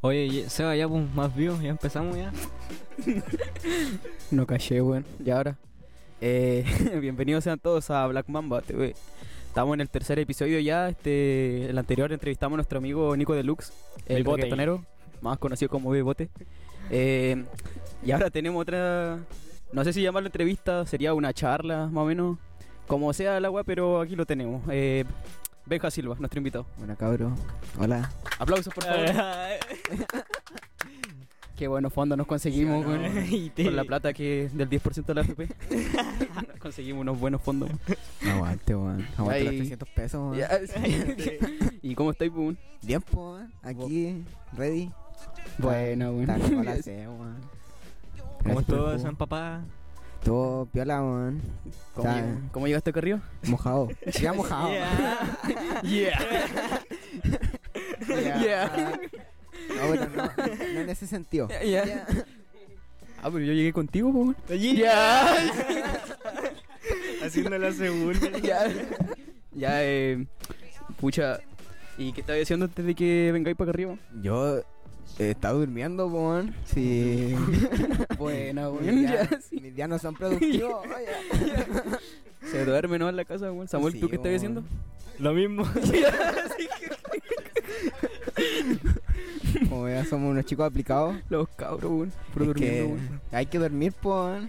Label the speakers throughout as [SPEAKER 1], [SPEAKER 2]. [SPEAKER 1] Oye, Seba, ya pues, más vivos, ya empezamos ya.
[SPEAKER 2] No caché, weón. Y ahora. Eh, bienvenidos sean todos a Black Mamba TV. Estamos en el tercer episodio ya. Este, el anterior entrevistamos a nuestro amigo Nico Deluxe, el
[SPEAKER 3] Bigote.
[SPEAKER 2] botonero, más conocido como Bebote. Eh, y ahora tenemos otra. No sé si llamarlo entrevista, sería una charla más o menos. Como sea el agua, pero aquí lo tenemos. Eh, Benja Silva, nuestro invitado.
[SPEAKER 4] Bueno, cabrón. Hola.
[SPEAKER 2] Aplausos, por favor.
[SPEAKER 3] Este,
[SPEAKER 2] Qué buenos fondos nos conseguimos, weón.
[SPEAKER 3] Y te-
[SPEAKER 2] Con la plata que del 10% de la AFP. Nos conseguimos unos buenos fondos.
[SPEAKER 4] Aguante, weón. Aguante
[SPEAKER 2] Ahí.
[SPEAKER 4] los 300 pesos, weón.
[SPEAKER 2] ¿Y cómo estáis, pues, Boon?
[SPEAKER 4] Bien, po, weón. Aquí, ready.
[SPEAKER 2] Bueno, weón.
[SPEAKER 4] Tal cual la sé,
[SPEAKER 3] Como
[SPEAKER 4] weón. Gracias por el
[SPEAKER 3] todos
[SPEAKER 4] jugo.
[SPEAKER 3] son papá.
[SPEAKER 4] Todo piola, weón.
[SPEAKER 2] ¿Cómo,
[SPEAKER 4] Está
[SPEAKER 2] lleg- cómo llegaste acá arriba?
[SPEAKER 4] mojado. Ya mojado.
[SPEAKER 2] Yeah.
[SPEAKER 4] Ya.
[SPEAKER 2] Yeah.
[SPEAKER 4] No, bueno, no, no en ese sentido.
[SPEAKER 2] Yeah. Ah, pero yo llegué contigo, po, weón.
[SPEAKER 3] Haciendo la segunda.
[SPEAKER 2] Ya. Ya, eh. Pucha. ¿Y qué estabas haciendo antes de que vengáis para acá arriba?
[SPEAKER 4] Yo eh, estaba durmiendo, po, weón. Sí.
[SPEAKER 2] Buena,
[SPEAKER 4] Mis días-
[SPEAKER 2] Ya, sí.
[SPEAKER 4] Mis días no son productivos. vaya.
[SPEAKER 2] Se duerme, ¿no? En la casa, weón. Samuel,
[SPEAKER 4] Sí,
[SPEAKER 2] ¿tú qué estabas
[SPEAKER 4] weón.
[SPEAKER 2] haciendo?
[SPEAKER 3] Lo mismo.
[SPEAKER 4] Como ya somos unos chicos aplicados.
[SPEAKER 2] Los cabros, weón. Puro
[SPEAKER 4] es
[SPEAKER 2] durmiendo,
[SPEAKER 4] que
[SPEAKER 2] weón.
[SPEAKER 4] Hay que dormir, po, weón.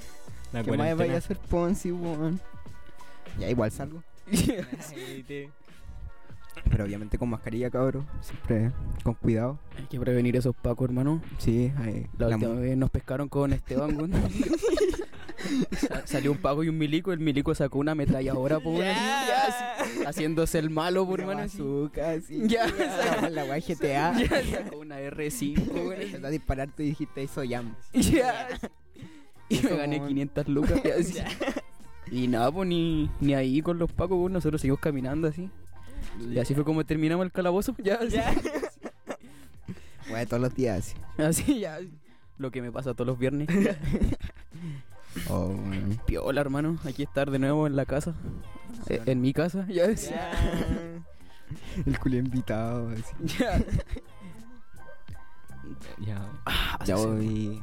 [SPEAKER 3] La
[SPEAKER 4] ¿Qué más vaya a
[SPEAKER 3] cuarentena.
[SPEAKER 4] hacer Ponzi, weón? Ya igual salgo.
[SPEAKER 3] Y te-
[SPEAKER 4] Pero obviamente con mascarilla, cabrón. Siempre con cuidado.
[SPEAKER 2] Hay que prevenir esos pacos, hermano.
[SPEAKER 4] Sí, ahí.
[SPEAKER 2] La,
[SPEAKER 4] la
[SPEAKER 2] última
[SPEAKER 4] mu-
[SPEAKER 2] vez nos pescaron con Esteban, weón. Sa- Salió un pago y un milico, el milico sacó una ametralladora, po, weón, así, ya, así, haciéndose el malo, por
[SPEAKER 4] la
[SPEAKER 2] hermano. así.
[SPEAKER 4] bazooka, sí.
[SPEAKER 2] Ya,
[SPEAKER 4] La, la guay GTA.
[SPEAKER 2] Ya, sacó una R5, weón, así.
[SPEAKER 4] Empezó a disparar, tú dijiste, soy Yam.
[SPEAKER 2] Ya. Y me
[SPEAKER 4] Eso,
[SPEAKER 2] gané
[SPEAKER 4] weón.
[SPEAKER 2] 500 lucas, ya, así. Y nada, pues ni, ni ahí con los pacos, weón, nosotros seguimos caminando así. Y así fue como terminamos el calabozo, ya, así.
[SPEAKER 4] Güey, todos los días. sí.
[SPEAKER 2] Así, ya. Lo que me pasa todos los viernes.
[SPEAKER 4] Oh, weón.
[SPEAKER 2] Piola, hermano, aquí estar de nuevo en la casa. Eh, en mi casa, ya ves.
[SPEAKER 4] El culo invitado. así.
[SPEAKER 2] Ya.
[SPEAKER 3] Ya.
[SPEAKER 2] Ah, pues
[SPEAKER 4] Ya voy.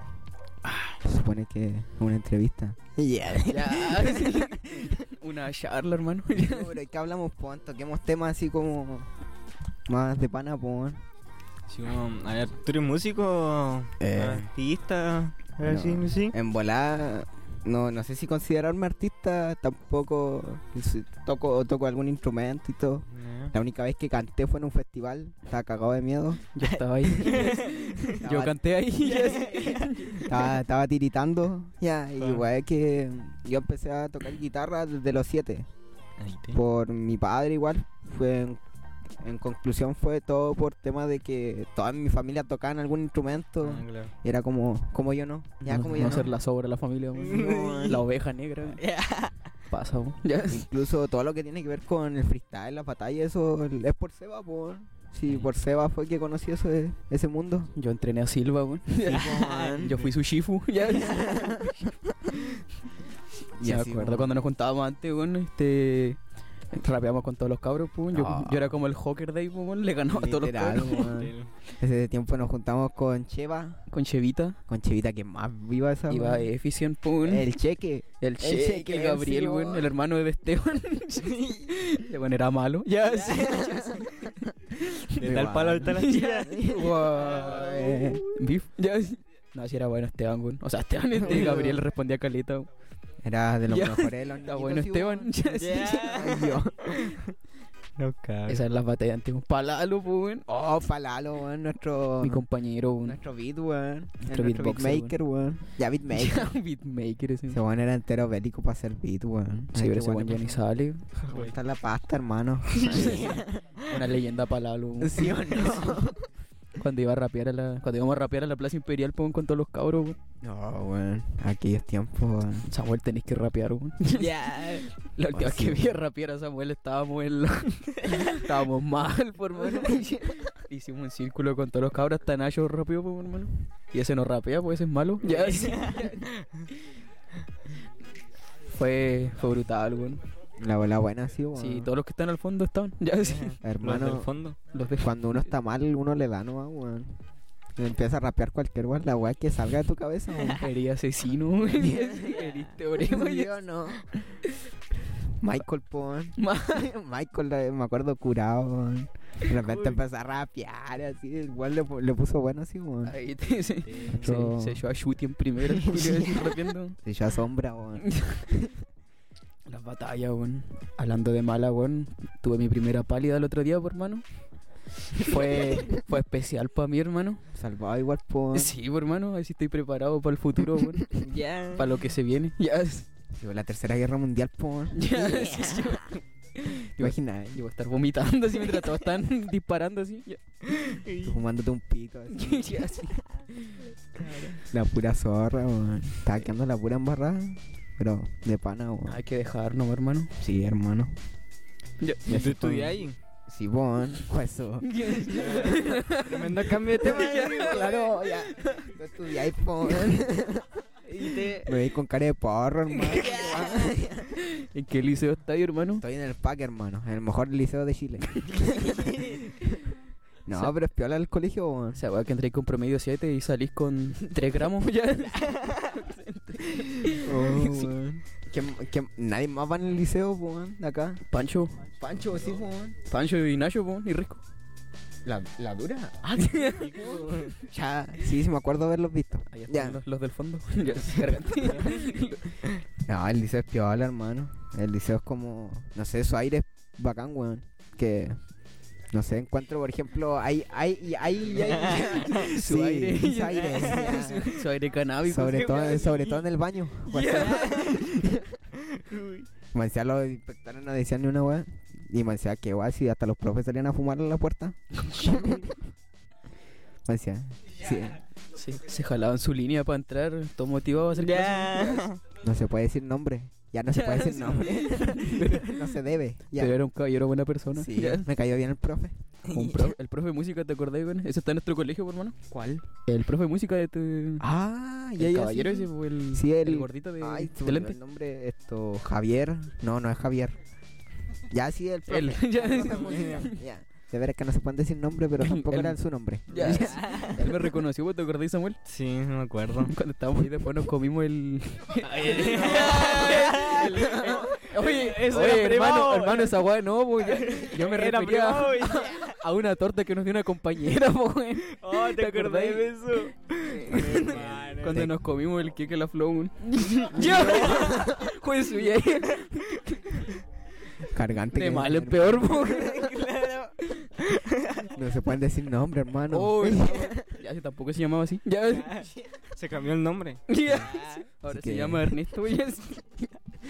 [SPEAKER 4] Ah, Se supone que es una entrevista. Ya.
[SPEAKER 2] Ya. Una charla, hermano.
[SPEAKER 4] No, pero ¿de ¿qué hablamos, pon? Toquemos temas así como. Más de pana, pon.
[SPEAKER 3] Sí, como, a ver, ¿tú eres músico?
[SPEAKER 4] Eh.
[SPEAKER 3] Artista. A ver, sí,
[SPEAKER 4] Bueno,
[SPEAKER 3] sí.
[SPEAKER 4] En volada, no, no sé si considerarme artista, tampoco si toco, toco algún instrumento y todo. La única vez que canté fue en un festival, estaba cagado de miedo.
[SPEAKER 2] Yo estaba ahí. Yo
[SPEAKER 4] Estaba-
[SPEAKER 2] canté ahí. ya ves.
[SPEAKER 4] Estaba, estaba tiritando. Ya, y
[SPEAKER 3] Ah.
[SPEAKER 4] igual es que yo empecé a tocar guitarra desde los 7.
[SPEAKER 3] Ahí te-
[SPEAKER 4] Por mi padre igual. Fue en, en conclusión fue todo por tema de que toda mi familia tocaban algún instrumento.
[SPEAKER 3] Ah, claro.
[SPEAKER 4] Y era como, como yo no. Ya
[SPEAKER 2] no,
[SPEAKER 4] como
[SPEAKER 2] no
[SPEAKER 4] yo no.
[SPEAKER 2] ser la sobra de la familia, hermano. La oveja negra. Pasa, weón. Ya ves.
[SPEAKER 4] Incluso todo lo que tiene que ver con el freestyle, las batallas, eso es por Seba, por. Sí, por Seba fue que conocí eso de- ese mundo.
[SPEAKER 2] Yo entrené a Silva, weón.
[SPEAKER 3] pues,
[SPEAKER 2] Yo fui su shifu. Ya ves.
[SPEAKER 4] Y
[SPEAKER 2] Ya me
[SPEAKER 4] así,
[SPEAKER 2] acuerdo
[SPEAKER 4] weón.
[SPEAKER 2] cuando nos juntábamos antes, weón, este... Rapeamos con todos los cabros, pues. Yo,
[SPEAKER 4] Ah.
[SPEAKER 2] yo era como el Hawker Day, pues, weón. Le ganaba a todos los
[SPEAKER 4] Literal,
[SPEAKER 2] cabros.
[SPEAKER 4] weón. Ese tiempo nos juntamos con Cheva,
[SPEAKER 2] Con Chevita.
[SPEAKER 4] con Chevita que más viva esa.
[SPEAKER 2] Iba
[SPEAKER 4] weón.
[SPEAKER 2] Efficient, pues, pum.
[SPEAKER 4] el cheque.
[SPEAKER 2] El Che,
[SPEAKER 4] Cheque,
[SPEAKER 2] el Gabriel,
[SPEAKER 4] sí,
[SPEAKER 2] weón,
[SPEAKER 4] weón.
[SPEAKER 2] el hermano de este Esteban. Esteban era malo. Ya, sí.
[SPEAKER 3] De tal palo al tal astilla.
[SPEAKER 2] Guau. Bif. Ya, sí. No, sí era bueno Esteban, weón. O sea, Esteban, este Gabriel respondía a Caleta. weón.
[SPEAKER 4] Era de los
[SPEAKER 2] Ya.
[SPEAKER 4] mejores de los
[SPEAKER 2] Está
[SPEAKER 4] niñitos,
[SPEAKER 2] bueno
[SPEAKER 4] sí,
[SPEAKER 2] Esteban.
[SPEAKER 4] weón.
[SPEAKER 2] Ya, sí.
[SPEAKER 4] Ay, yo.
[SPEAKER 3] No cabe.
[SPEAKER 2] Esas eran las batallas antiguas. Palalo, weón.
[SPEAKER 4] Oh, Palalo, weón, nuestro.
[SPEAKER 2] Mi compañero, weón.
[SPEAKER 4] Nuestro beat, weón.
[SPEAKER 2] Nuestro
[SPEAKER 4] Nuestro,
[SPEAKER 2] beatboxer,
[SPEAKER 4] beatmaker, weón. Ya beatmaker.
[SPEAKER 2] Beatmaker, ese.
[SPEAKER 4] ese weón era entero bélico para hacer beat, weón.
[SPEAKER 2] Sí,
[SPEAKER 4] Mm. Ay,
[SPEAKER 2] pero
[SPEAKER 4] qué
[SPEAKER 2] ese weón ya ni sale.
[SPEAKER 4] Está la pasta, hermano.
[SPEAKER 2] Una leyenda palalo, weón.
[SPEAKER 4] ¿Sí o no?
[SPEAKER 2] Cuando iba a rapear a la. Cuando íbamos a rapear a la Plaza Imperial, weón, con todos los cabros, weón.
[SPEAKER 4] No, weón. Aquellos tiempos, weón.
[SPEAKER 2] Samuel, tenéis que rapear, weón. La última
[SPEAKER 4] Así.
[SPEAKER 2] que vi a rapear a Samuel estábamos en la- estábamos mal, por hermano. Hicimos un círculo con todos los cabros hasta Nacho rapeó, por hermano. Y ese no rapea, pues ese es malo. Ya, sí. fue, fue brutal, weón.
[SPEAKER 4] La bola buena, sí, weón.
[SPEAKER 2] Sí, todos los que están al fondo están. Ya, sí.
[SPEAKER 3] Hermano.
[SPEAKER 4] Hermano,
[SPEAKER 3] del fondo.
[SPEAKER 2] Los de
[SPEAKER 4] cuando uno está mal, uno le da nomás, weón. Y empieza a rapear cualquier weón, la weá que salga de tu cabeza, weón.
[SPEAKER 2] Eres asesino, güey. Eres teorema, ya.
[SPEAKER 4] Yo no. Michael, pon. Michael, la- me acuerdo curado, weón. De repente empezó a rapear, así. El weón le, pu- le puso bueno, así, weón.
[SPEAKER 2] Ahí te- se,
[SPEAKER 4] Yo-
[SPEAKER 2] se, se echó a Shuti en primero, el culiao, así, rapeando.
[SPEAKER 4] Se echó a sombra, weón.
[SPEAKER 2] Las batallas, weón. Hablando de mala, weón. Tuve mi primera pálida el otro día, por hermano. Fue, fue especial para mí, hermano.
[SPEAKER 4] Salvado igual, pon.
[SPEAKER 2] Sí, por hermano. Así estoy preparado para el futuro, weón.
[SPEAKER 3] Ya.
[SPEAKER 2] Para lo que se viene. Ya. es-
[SPEAKER 4] La tercera guerra mundial, pon.
[SPEAKER 2] Ya. sí, sí.
[SPEAKER 4] ¿Te imaginas?
[SPEAKER 2] Yo voy a estar vomitando así mientras todos están disparando así. Ya.
[SPEAKER 4] Tú fumándote un pito, así.
[SPEAKER 2] Ya, sí.
[SPEAKER 4] La pura zorra, weón. Estaba quedando la pura embarrada. Pero de pana, weón.
[SPEAKER 2] Hay que dejarnos, hermano.
[SPEAKER 4] Sí, hermano.
[SPEAKER 2] Ya.
[SPEAKER 3] ¿Y tú estudias ahí?
[SPEAKER 4] Sí, bon. Pues eso.
[SPEAKER 3] Tremendo cambio de tema.
[SPEAKER 4] claro, ya. Tú estudiáis, bon.
[SPEAKER 3] Y te...
[SPEAKER 4] Me veis con cara de porro, hermano.
[SPEAKER 2] ¿En qué liceo está ahí, hermano?
[SPEAKER 4] Estoy en el pack, hermano. En el mejor liceo de Chile. no, pero es piola el colegio,
[SPEAKER 2] O
[SPEAKER 4] weón.
[SPEAKER 2] sea, weón, que entréis con promedio 7 y salís con 3 gramos. Ya.
[SPEAKER 4] Sí. Oh, ¿Quién- quién- Nadie más va en el liceo, weón, de acá.
[SPEAKER 2] Pancho.
[SPEAKER 4] Pancho, sí, weón.
[SPEAKER 2] Pancho y Nacho, po, y Risco.
[SPEAKER 4] La, la dura.
[SPEAKER 2] Ah,
[SPEAKER 4] Ya, sí, sí, me acuerdo haberlos visto.
[SPEAKER 2] Ahí están
[SPEAKER 4] Ya.
[SPEAKER 2] Los, los del fondo. Ya, cárgate.
[SPEAKER 4] No, el liceo es piola, hermano. El liceo es como, no sé, su aire es bacán, weón. Que, no sé, encuentro, por ejemplo, hay, hay, y hay, y hay-
[SPEAKER 2] Su
[SPEAKER 4] Sí,
[SPEAKER 2] aire.
[SPEAKER 4] su aire, ya.
[SPEAKER 2] Su- Su aire canábico.
[SPEAKER 4] sobre todo, sobre todo en el baño. Como decía, los inspectores no decían ni una weá. Y me decía, que guay, si hasta los profes salían a fumar a la puerta. Me decía, sí,
[SPEAKER 2] Sí, se jalaban su línea para entrar, todo motivado a hacer
[SPEAKER 3] Ya.
[SPEAKER 4] no se puede decir nombre. Ya no se puede decir
[SPEAKER 2] Sí.
[SPEAKER 4] nombre. no se debe. Ya.
[SPEAKER 2] Pero era un caballero buena persona.
[SPEAKER 4] Sí,
[SPEAKER 2] Ya.
[SPEAKER 4] me cayó bien el profe.
[SPEAKER 2] Un pro- el profe de música, ¿te acordás, güey? Ese está en nuestro colegio, po, hermano.
[SPEAKER 4] ¿Cuál?
[SPEAKER 2] El profe de música de tu...
[SPEAKER 4] Ah,
[SPEAKER 2] el
[SPEAKER 4] ya, ya.
[SPEAKER 2] caballero
[SPEAKER 4] sí.
[SPEAKER 2] ese, po, el,
[SPEAKER 4] Sí, el-
[SPEAKER 2] gordito de,
[SPEAKER 4] Ay, se
[SPEAKER 2] de
[SPEAKER 4] me olvidó
[SPEAKER 2] lente.
[SPEAKER 4] el nombre, esto, Javier. No, no es Javier. Ya sí, el profe.
[SPEAKER 2] El- ya.
[SPEAKER 4] El profe de música, ya. De veras que no se pueden decir nombre, pero tampoco
[SPEAKER 2] El-
[SPEAKER 4] era su nombre.
[SPEAKER 2] Ya. Él me reconoció, po, ¿te acordás, Samuel?
[SPEAKER 3] Sí, no me acuerdo.
[SPEAKER 2] Cuando estábamos ahí después nos comimos el... Oye,
[SPEAKER 3] Eso
[SPEAKER 2] oye,
[SPEAKER 3] era
[SPEAKER 2] hermano,
[SPEAKER 3] privado.
[SPEAKER 2] hermano, esa weá no, po, yo, yo me
[SPEAKER 3] Era
[SPEAKER 2] refería a-
[SPEAKER 3] privado y-
[SPEAKER 2] a, una torta que nos dio una compañera, po, güey.
[SPEAKER 3] Oh,
[SPEAKER 2] ¿Te
[SPEAKER 3] ¿te acordás
[SPEAKER 2] acordáis?
[SPEAKER 3] de eso? Hermano.
[SPEAKER 2] Cuando nos comimos el queque la flow.
[SPEAKER 3] ¡Ya!
[SPEAKER 2] Pues sí, eh,
[SPEAKER 4] Cargante.
[SPEAKER 2] de
[SPEAKER 4] que-
[SPEAKER 2] mal en peor, po.
[SPEAKER 3] Claro.
[SPEAKER 4] No se pueden decir nombre, hermano.
[SPEAKER 2] Oh, ya, si tampoco se llamaba así. Ya,
[SPEAKER 3] Se cambió el nombre.
[SPEAKER 2] ya. Ahora
[SPEAKER 4] que-
[SPEAKER 2] se llama Ernesto, güey.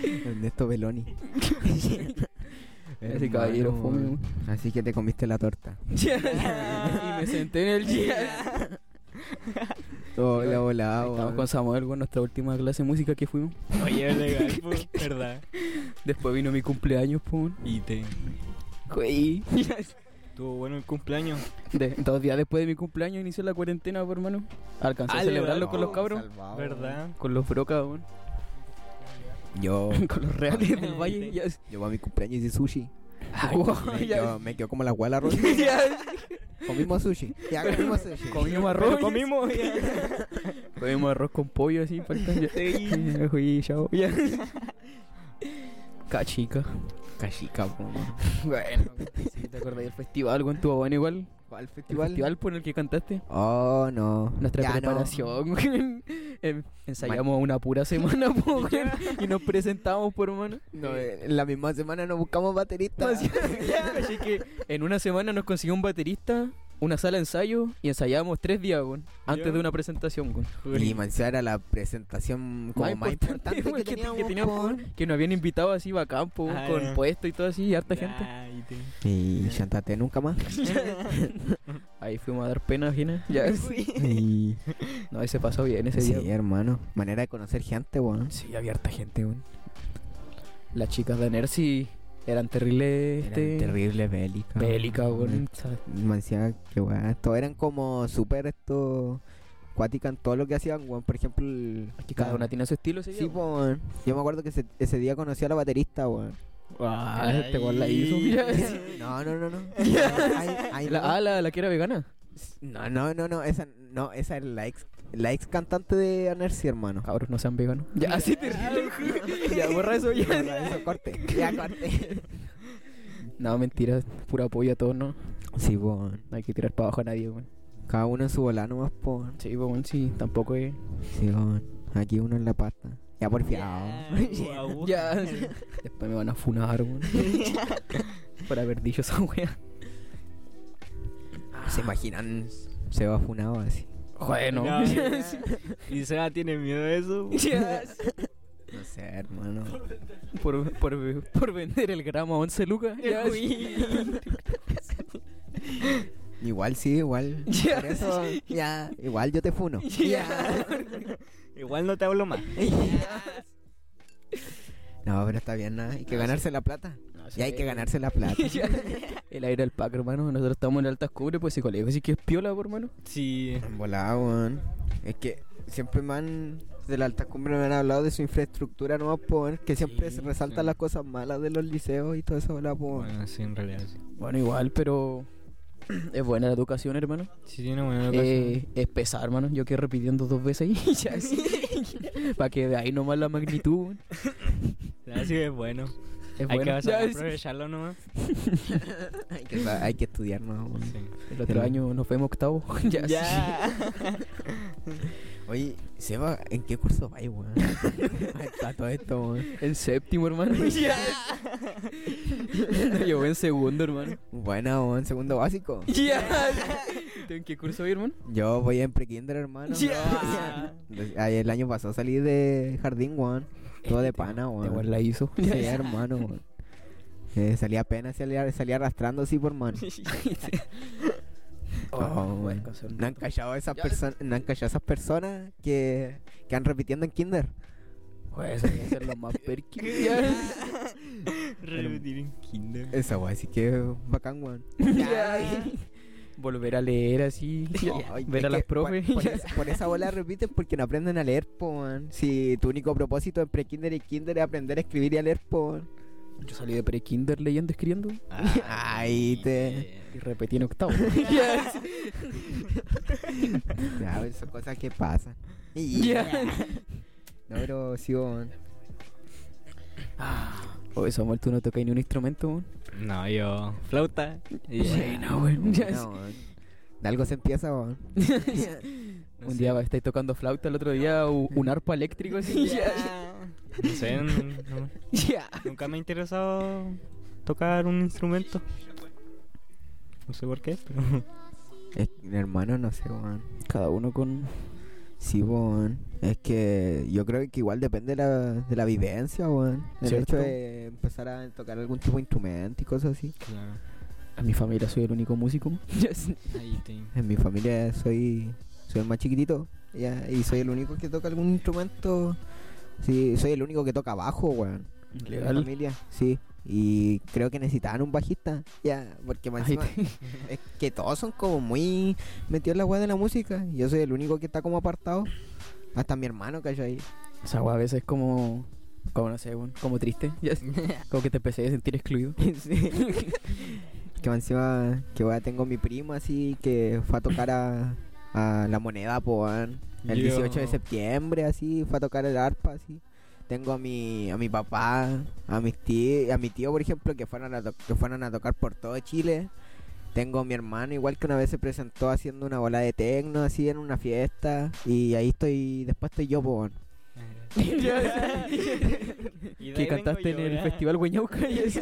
[SPEAKER 4] Ernesto Beloni.
[SPEAKER 2] Ese caballero fome, güey.
[SPEAKER 4] Así que te comiste la torta.
[SPEAKER 2] Y me senté en el día.
[SPEAKER 4] Ah, Hola, hola,
[SPEAKER 2] Estamos
[SPEAKER 4] hola.
[SPEAKER 2] con Samuel, güey, nuestra última clase de música que fuimos.
[SPEAKER 3] Oye, legal, po, ¿verdad?
[SPEAKER 2] Después vino mi cumpleaños, po.
[SPEAKER 3] Y te...
[SPEAKER 2] Güey.
[SPEAKER 3] Tuvo bueno el cumpleaños.
[SPEAKER 2] De- dos días después de mi cumpleaños inició la cuarentena, po, hermano. Alcancé a
[SPEAKER 3] Ale,
[SPEAKER 2] celebrarlo
[SPEAKER 3] weón.
[SPEAKER 2] con los cabros.
[SPEAKER 3] Ah,
[SPEAKER 4] Salvado,
[SPEAKER 3] ¿Verdad?
[SPEAKER 2] Con los brocas, weón.
[SPEAKER 4] Yo,
[SPEAKER 2] Con los reales del valle. Ya.
[SPEAKER 4] yo a mi cumpleaños hice sushi.
[SPEAKER 2] Wow,
[SPEAKER 4] Me,
[SPEAKER 2] ya.
[SPEAKER 4] yo, me quedo como la hueá de la arroz.
[SPEAKER 2] Ya.
[SPEAKER 4] Comimos sushi. Ya comimos sushi.
[SPEAKER 2] Comimos
[SPEAKER 3] Pero
[SPEAKER 2] arroz.
[SPEAKER 3] comimos.
[SPEAKER 2] Comimos arroz con pollo así, falta.
[SPEAKER 3] Sí.
[SPEAKER 2] Ya. Eh, fui, chao. Ya. Cachica.
[SPEAKER 4] Cachica, po.
[SPEAKER 2] Bueno, sí, ¿te acordás del festival, weón? Estuvo bueno igual.
[SPEAKER 4] ¿Cuál
[SPEAKER 2] El
[SPEAKER 4] festival?
[SPEAKER 2] festival por el que cantaste.
[SPEAKER 4] Oh, no.
[SPEAKER 2] Nuestra
[SPEAKER 4] Ya no.
[SPEAKER 2] preparación, weón. Em, Ensayamos una pura semana, po, weón, Y nos presentamos, por hermano.
[SPEAKER 4] No, eh, la misma semana nos buscamos baterista.
[SPEAKER 2] Así que en una semana nos consiguió un baterista, una sala de ensayo y ensayábamos tres días, weón, antes
[SPEAKER 3] Ya.
[SPEAKER 2] de una presentación, weón.
[SPEAKER 4] Y Mancía era la presentación como más, importante,
[SPEAKER 2] weón,
[SPEAKER 4] que, teníamos, po.
[SPEAKER 2] weón, que nos habían invitado así bacán, po, weón,
[SPEAKER 3] Ah,
[SPEAKER 2] con
[SPEAKER 3] ya.
[SPEAKER 2] puesto y todo así, y harta gente.
[SPEAKER 3] Ya, y te-
[SPEAKER 4] Y chantate nunca más.
[SPEAKER 2] Ahí fuimos a dar pena ajena. Ya.
[SPEAKER 4] Y...
[SPEAKER 2] No, ahí se pasó bien ese
[SPEAKER 4] Sí,
[SPEAKER 2] día.
[SPEAKER 4] hermano. Manera de conocer gente, weón.
[SPEAKER 2] Sí, había harta gente, weón. Las chicas de Nercy eran terribles, este,
[SPEAKER 4] Eran terrible bélica.
[SPEAKER 2] bélicas, weón. ¿sabes?
[SPEAKER 4] Mancía, que weón. Todos eran como súper esto... Cuática en todo lo que hacían, weón. Por ejemplo, el...
[SPEAKER 2] Que cada una tiene su estilo, ese día,
[SPEAKER 4] Sí,
[SPEAKER 2] weón.
[SPEAKER 4] po, weón. Yo me acuerdo que ese, ese día conocí a la baterista, weón.
[SPEAKER 5] Ah, este weón la hizo. mira.
[SPEAKER 4] No, no, no, no. Hay- hay
[SPEAKER 2] La,
[SPEAKER 4] dos.
[SPEAKER 2] ah, la, la que era vegana.
[SPEAKER 4] No, no, no, no, esa, no, esa es la ex, la ex cantante de Anercy, hermano.
[SPEAKER 2] Cabros, no sean veganos. Ya, así terrible. ya, borra eso ya.
[SPEAKER 4] Borra eso, corte, ya corte.
[SPEAKER 2] No, mentira. Pura apoyo a todos, ¿no?
[SPEAKER 4] Sí, bon.
[SPEAKER 2] No hay que tirar para abajo a nadie, weón.
[SPEAKER 4] Cada uno en su bola nomás, pon.
[SPEAKER 2] Sí, weón, sí. Tampoco es...
[SPEAKER 4] Sí, bon. Aquí uno en la pasta. Ya porfiado.
[SPEAKER 3] Guau.
[SPEAKER 2] Ya. Después me van a funar, weón. Por haber dicho esa wea.
[SPEAKER 4] Ah, ¿Se imaginan? Se va funado así.
[SPEAKER 2] Joder, no.
[SPEAKER 3] Ya, ya. Y Seba tiene miedo de eso.
[SPEAKER 4] No sé, hermano.
[SPEAKER 2] por, por, por vender el gramo a 11 lucas. Ya,
[SPEAKER 4] Igual sí, igual.
[SPEAKER 2] Ya.
[SPEAKER 4] Por eso, ya. Igual yo te funo.
[SPEAKER 2] Ya.
[SPEAKER 3] Igual no te hablo más.
[SPEAKER 4] No, pero está bien, nada. Hay que ganarse la plata.
[SPEAKER 2] No, sí.
[SPEAKER 4] Ya hay que ganarse la plata.
[SPEAKER 2] Ya. El aire al pack, hermano. Nosotros estamos en altas cubres, pues psicólogo. Así que es piola, por hermano.
[SPEAKER 3] Sí.
[SPEAKER 4] Volado, weón. Es que siempre me han. De la alta cumbre me han hablado de su infraestructura no poder. Que siempre
[SPEAKER 3] Sí,
[SPEAKER 4] se resaltan
[SPEAKER 3] sí.
[SPEAKER 4] las cosas malas de los liceos y todo eso, volado, weón.
[SPEAKER 3] Bueno, sí, en realidad sí.
[SPEAKER 2] Bueno, igual, pero. Es buena la educación, hermano.
[SPEAKER 3] Sí tiene buena
[SPEAKER 2] Eh, es pesada, hermano. Yo quedé repitiendo dos veces y ya. Para que veáis nomás la magnitud. weón.
[SPEAKER 3] Así es bueno.
[SPEAKER 2] Es
[SPEAKER 3] Hay que
[SPEAKER 2] buena. Ya,
[SPEAKER 3] saber
[SPEAKER 2] sí.
[SPEAKER 3] aprovecharlo nomás.
[SPEAKER 4] Hay que, hay que estudiar no weón.
[SPEAKER 3] Sí.
[SPEAKER 2] El otro año nos vemos octavo. ya. sí.
[SPEAKER 4] Oye, Seba, ¿en qué curso vais, weón? Está todo esto, weón.
[SPEAKER 2] En séptimo, hermano. No, Yo voy en segundo, hermano.
[SPEAKER 4] Buena, weón. Segundo básico.
[SPEAKER 2] ¿Tú ¿En qué curso voy, hermano?
[SPEAKER 4] Yo voy en prekinder, hermano.
[SPEAKER 3] Ya.
[SPEAKER 4] Reci- ay, El año pasado salí de jardín, weón. Todo de pana,
[SPEAKER 2] Igual
[SPEAKER 4] weón.
[SPEAKER 2] Este, la hizo.
[SPEAKER 4] Sí, hermano, weón. Eh, salí apenas, salía, salí arrastrando así por mano. Oh,
[SPEAKER 2] bueno,
[SPEAKER 4] weón.
[SPEAKER 2] cansado.
[SPEAKER 4] No han callado a esas personas, no han callado a esas personas que, que han repitiendo en kinder.
[SPEAKER 2] Pues eso debe ser lo más perky.
[SPEAKER 3] Repetir en kinder.
[SPEAKER 4] Esa weón, así que bacán, weón.
[SPEAKER 2] Volver a leer así.
[SPEAKER 4] Ay,
[SPEAKER 2] Ver
[SPEAKER 4] es
[SPEAKER 2] a las
[SPEAKER 4] que por-
[SPEAKER 2] profes.
[SPEAKER 4] Por, esa- por esa bola repiten porque no aprenden a leer, po, weón. Si tu único propósito en pre-kinder y kinder es aprender a escribir y a leer, po, weón.
[SPEAKER 2] Yo salí de pre-kinder leyendo, escribiendo
[SPEAKER 4] Ay, te-
[SPEAKER 2] y repetí en octavo.
[SPEAKER 4] Ya, pero son cosas que pasan. Y- No, pero sí, weón.
[SPEAKER 2] Oye, Oh, Samuel, tú no tocas ni un instrumento, weón.
[SPEAKER 3] No, yo. Flauta. Y-
[SPEAKER 2] Bueno, weón. Ya,
[SPEAKER 4] No, weón. De algo se empieza, weón.
[SPEAKER 3] no
[SPEAKER 2] Un
[SPEAKER 3] sé.
[SPEAKER 2] día estáis tocando flauta, el otro día u- un arpa eléctrico así.
[SPEAKER 3] No sé, n- no-
[SPEAKER 2] Ya.
[SPEAKER 3] nunca me ha interesado tocar un instrumento. No sé por qué, pero.
[SPEAKER 4] Es- hermano, no sé, weón.
[SPEAKER 2] Cada uno con.
[SPEAKER 4] Sí, weón. Es que yo creo que igual depende de la, de la vivencia, weón. El
[SPEAKER 2] ¿Cierto?
[SPEAKER 4] hecho de empezar a tocar algún tipo de instrumento y cosas así.
[SPEAKER 3] Claro.
[SPEAKER 2] A mi familia soy el único músico. Yes.
[SPEAKER 3] Ahí te.
[SPEAKER 4] En mi familia soy, soy el más chiquitito ya, y soy el único que toca algún instrumento. Sí, soy el único que toca bajo, weón. En la
[SPEAKER 2] Legal.
[SPEAKER 4] familia, sí. Y creo que necesitaban un bajista, ya, porque más
[SPEAKER 2] Ay,
[SPEAKER 4] encima- es que todos son como muy metidos en la weá de la música. y Yo soy el único que está como apartado. Hasta mi hermano cayó ahí.
[SPEAKER 2] Esa agua a veces es como. Como no sé, weón, como triste. Yes. Como que te empecé a sentir excluido.
[SPEAKER 4] Que más encima, que weá, tengo mi primo así que fue a tocar a, a la moneda, po, weón. El
[SPEAKER 3] Yo.
[SPEAKER 4] 18 de septiembre, así, fue a tocar el arpa, así. Tengo a mi, a mi papá, a mis tío, a mi tío, por ejemplo, que fueron a, to- que fueron a tocar por todo Chile. Tengo a mi hermano, igual que una vez se presentó haciendo una bola de tecno, así, en una fiesta. Y ahí estoy, después estoy yo, po, weón.
[SPEAKER 2] que cantaste en
[SPEAKER 3] ¿eh?
[SPEAKER 2] el festival Hueñauca. Yes.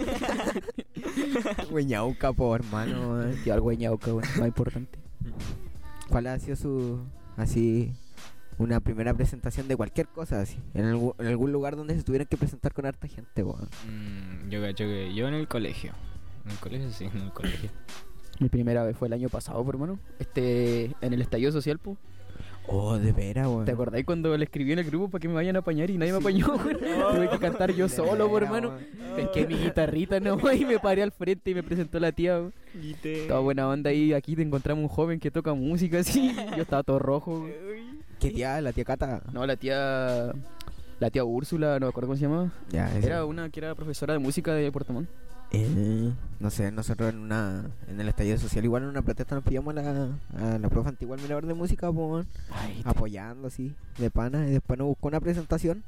[SPEAKER 4] Weñauca, po, hermano, weón.
[SPEAKER 2] Festival Hueñauca, weón, más importante.
[SPEAKER 4] ¿Cuál ha sido su, así, una primera presentación de cualquier cosa, así? En, algu- en algún lugar donde se tuvieran que presentar con harta gente, weón.
[SPEAKER 3] Mm, yo cacho que yo en el colegio. En el colegio sí, en el colegio.
[SPEAKER 2] Mi primera vez fue el año pasado, por hermano. Este, en el estallido social, po.
[SPEAKER 4] Oh, de veras, weón.
[SPEAKER 2] ¿Te acordáis cuando le escribí en el grupo para que me vayan a apañar y nadie me apañó? weón? Tuve que cantar yo
[SPEAKER 4] De
[SPEAKER 2] solo, por
[SPEAKER 4] veras,
[SPEAKER 2] hermano.
[SPEAKER 4] weón.
[SPEAKER 2] Pesqué mi guitarrita nomás y me paré al frente y me presentó la tía. weón.
[SPEAKER 3] Y te.
[SPEAKER 2] Estaba buena onda ahí. Aquí te encontramos un joven que toca música así. Yo estaba todo rojo. weón.
[SPEAKER 4] ¿Qué tía? La tía Cata.
[SPEAKER 2] No, la tía. la tía Úrsula, no me acuerdo cómo se llamaba.
[SPEAKER 4] Ya, ese.
[SPEAKER 2] Era una que era profesora de música de Puerto Montt.
[SPEAKER 4] Eh, no sé, nosotros en una en el estallido social igual en una protesta nos pillamos a la, a la profe antigua al mirador de música, po, weón,
[SPEAKER 2] Ah,
[SPEAKER 4] apoyando así, de pana, y después nos buscó una presentación.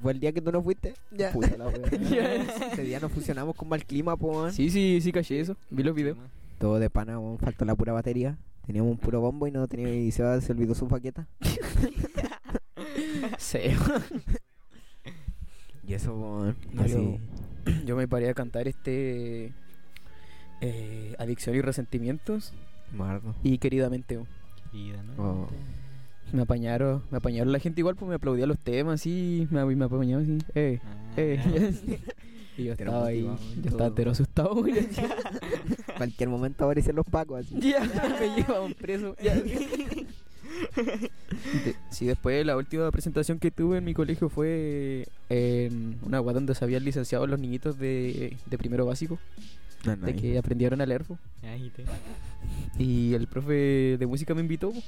[SPEAKER 4] Fue el día que tú no fuiste, ya.
[SPEAKER 2] Puta la wea.
[SPEAKER 4] Ese día nos fusionamos con mal clima, po, weón.
[SPEAKER 2] Sí, sí, sí, caché eso. Vi los videos.
[SPEAKER 4] Todo de pana, weón, faltó la pura batería. Teníamos un puro bombo y no tenía y se, se olvidó su paqueta.
[SPEAKER 2] Sí.
[SPEAKER 4] Y eso, po, weón,
[SPEAKER 2] No,
[SPEAKER 4] así.
[SPEAKER 2] yo- Yo me paré a cantar este. eh, Adicción y resentimientos.
[SPEAKER 4] Mardo.
[SPEAKER 2] Y queridamente. oh.
[SPEAKER 4] Oh.
[SPEAKER 2] Me apañaron, me apañaron la gente igual, pues me aplaudía los temas, sí, me, me apañaba así, eh,
[SPEAKER 3] Ah,
[SPEAKER 2] eh. y yo
[SPEAKER 4] Te
[SPEAKER 2] estaba ahí,
[SPEAKER 4] motivaba y
[SPEAKER 2] yo estaba
[SPEAKER 4] todo.
[SPEAKER 2] entero asustado, güey.
[SPEAKER 4] Cualquier momento aparecen los pacos así.
[SPEAKER 2] Ya, me llevaban preso. ya. De- sí, después la última presentación que tuve en mi colegio fue en una guada donde se habían licenciado los niñitos de, de primero básico,
[SPEAKER 4] No,
[SPEAKER 2] de que aprendieron a leer. po. Y el profe de música me invitó po,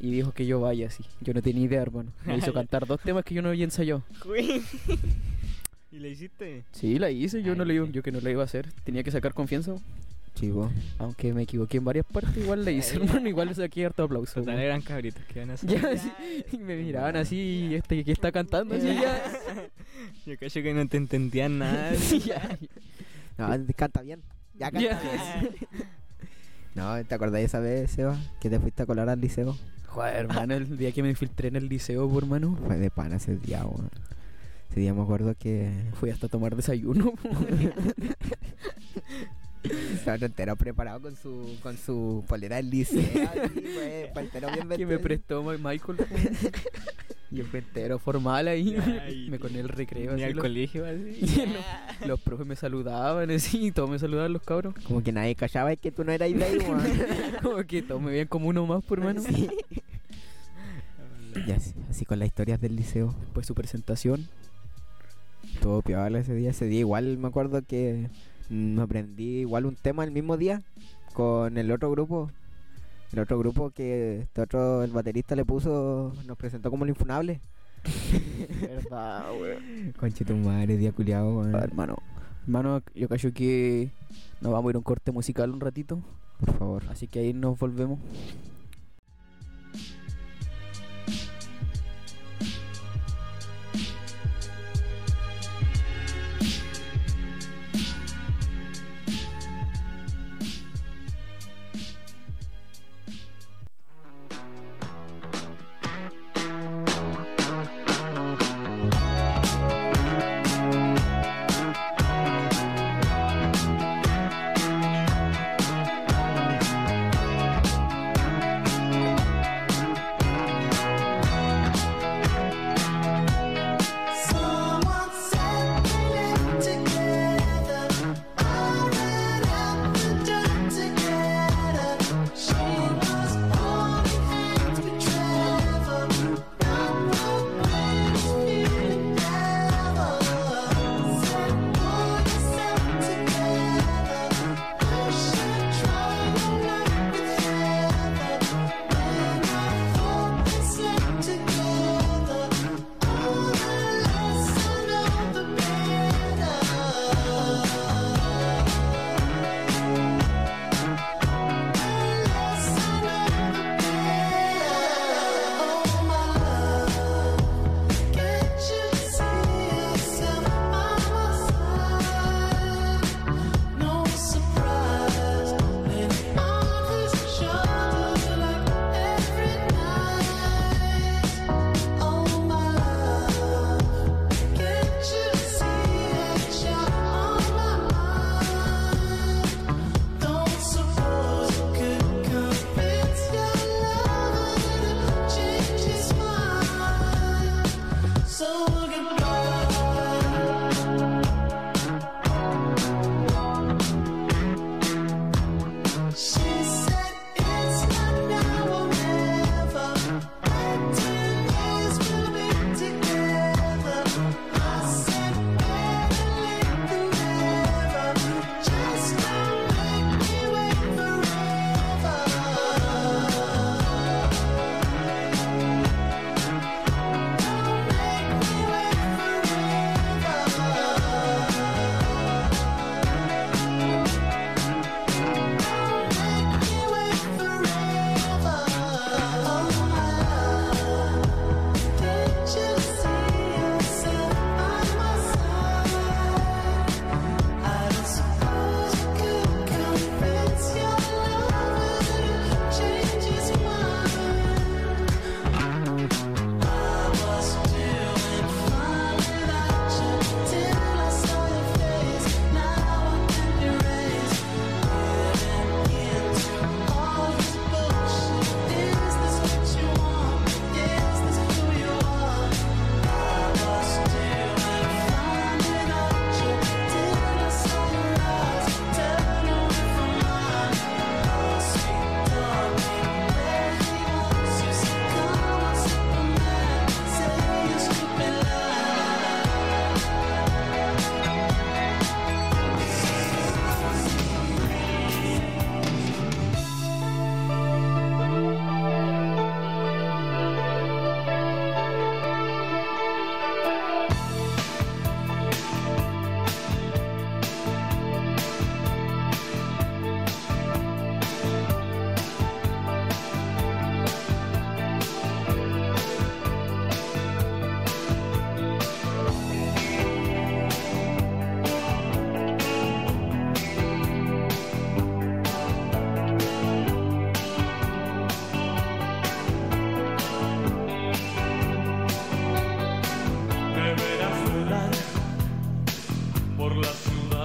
[SPEAKER 2] y dijo que yo vaya así. Yo no tenía idea, hermano. Me hizo cantar dos temas que yo no había ensayado.
[SPEAKER 3] ¿Y le hiciste?
[SPEAKER 2] Sí, la hice, yo
[SPEAKER 3] Ay,
[SPEAKER 2] no le iba,
[SPEAKER 3] sí.
[SPEAKER 2] yo que no la iba a hacer, tenía que sacar confianza,
[SPEAKER 4] Chivo.
[SPEAKER 2] aunque me equivoqué en varias partes, igual la hice, hermano, igual saqué harto aplauso.
[SPEAKER 3] Total, eran cabritos que iban a hacer.
[SPEAKER 2] Ya, sí, y me miraban así, y este que está cantando, así ya.
[SPEAKER 3] Yo cacho que no te entendían nada.
[SPEAKER 2] Sí, ya.
[SPEAKER 4] No, canta bien. Ya canta
[SPEAKER 2] Ya.
[SPEAKER 4] bien. No, ¿te acordás de esa vez, Seba? Que te fuiste a colar al liceo.
[SPEAKER 2] Joder, hermano, el día que me infiltré en el liceo, por hermano,
[SPEAKER 4] Fue de pana ese día, weón. Ese día me acuerdo que.
[SPEAKER 2] fui hasta a tomar desayuno.
[SPEAKER 4] Estaba entero preparado con su, con su polera del liceo. así, fue- fue entero bien
[SPEAKER 2] que
[SPEAKER 4] vestido.
[SPEAKER 2] me prestó Ma- Michael. Yo fui entero formal ahí, me con el recreo.
[SPEAKER 3] Ni
[SPEAKER 2] así,
[SPEAKER 3] al
[SPEAKER 2] los,
[SPEAKER 3] colegio así.
[SPEAKER 2] y los- los profes me saludaban así, y todos me saludaban los cabros.
[SPEAKER 4] Como que nadie callaba, es que tú no eras de ahí, weón.
[SPEAKER 2] Como que todos me veían como uno más, por hermano.
[SPEAKER 4] Y así, así con las historias del liceo.
[SPEAKER 2] Pues su presentación.
[SPEAKER 4] Todo piola ese día. Ese día igual me acuerdo que me aprendí igual un tema el mismo día con el otro grupo. El otro grupo que este otro, el baterista le puso, nos presentó como el infunable.
[SPEAKER 2] Verdad,
[SPEAKER 4] Conche tu madre, día culiado, weón.
[SPEAKER 2] hermano. Hermano, yo callo que nos vamos a ir a un corte musical un ratito.
[SPEAKER 4] Por favor.
[SPEAKER 2] Así que ahí nos volvemos.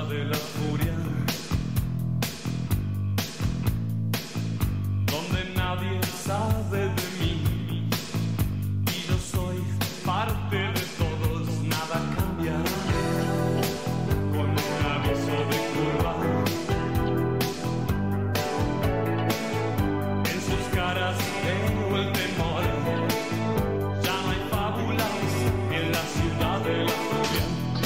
[SPEAKER 6] de la furia, donde nadie sabe de mí y yo soy parte de todos, nada cambia. Con un aviso de curva, en sus caras veo el temor, ya no hay fábulas en la ciudad de la furia.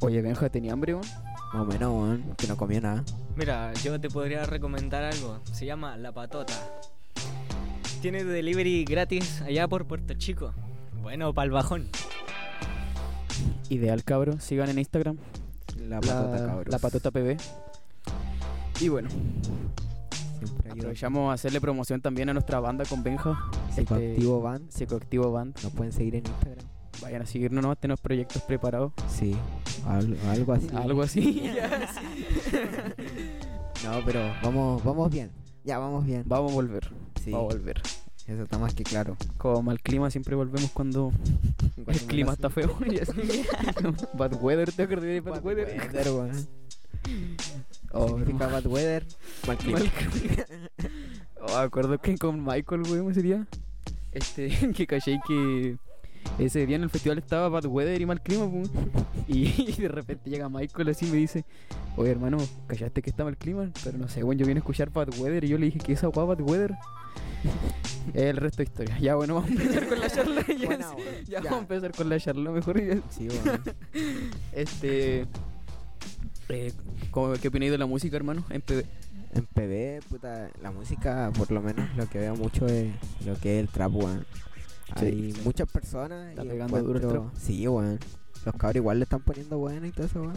[SPEAKER 2] Oye, Benja, ¿tenía hambre, weón?
[SPEAKER 4] Más o menos, weón, que no comió nada.
[SPEAKER 7] Mira, yo te podría recomendar algo. Se llama La Patota. Tiene delivery gratis allá por Puerto Chico. Bueno, pa'l bajón.
[SPEAKER 2] Ideal, cabro. Sigan en Instagram.
[SPEAKER 4] La
[SPEAKER 2] La patota PB. Y bueno,
[SPEAKER 4] Siempre ayuda.
[SPEAKER 2] aprovechamos a hacerle promoción también a nuestra banda con Benja. este
[SPEAKER 4] Psicoactivo Band.
[SPEAKER 2] Psicoactivo Band.
[SPEAKER 4] Nos pueden seguir en Instagram.
[SPEAKER 2] Vayan a seguirnos, ¿no? tenemos proyectos preparados.
[SPEAKER 4] Sí, al- algo así.
[SPEAKER 2] Algo así.
[SPEAKER 4] No, pero vamos, vamos bien. Ya, vamos bien.
[SPEAKER 2] Vamos a volver.
[SPEAKER 4] Sí,
[SPEAKER 2] Vamos a volver.
[SPEAKER 4] eso está más que claro.
[SPEAKER 2] Como mal clima, siempre volvemos cuando el clima está feo. y así. Bad weather, ¿te acordás de Bad
[SPEAKER 4] Bad
[SPEAKER 2] weather?
[SPEAKER 4] weather, weón.
[SPEAKER 2] Oh,
[SPEAKER 4] Significa bad weather. Mal clima.
[SPEAKER 2] Mal Oh, acuerdo que con Michael, weón, ese día. Este, que caché que ese día en el festival estaba Bad Weather y mal clima, weón. Y, y de repente llega Michael así y me dice, oye hermano, callaste que está mal clima, pero no sé, weón, yo vine a escuchar Bad Weather y yo le dije que esa guapa Bad Weather. El resto de historia. Ya bueno, vamos a empezar con la charla. ya,
[SPEAKER 4] Buena,
[SPEAKER 2] sí. Ya
[SPEAKER 4] weón. Ya.
[SPEAKER 2] vamos a empezar con la charla mejor. ya.
[SPEAKER 4] Sí, weón.
[SPEAKER 2] Este. eh, ¿cómo- ¿Qué opináis de la música, hermano? En PB.
[SPEAKER 4] En PB, puta, la música, por lo menos lo que veo mucho es lo que es el trap, weón. Hay muchas personas.
[SPEAKER 2] Está
[SPEAKER 4] y
[SPEAKER 2] pegando duro el
[SPEAKER 4] encuentro-
[SPEAKER 2] trap.
[SPEAKER 4] Sí, weón. Los cabros igual le están poniendo buena y todo eso, weón.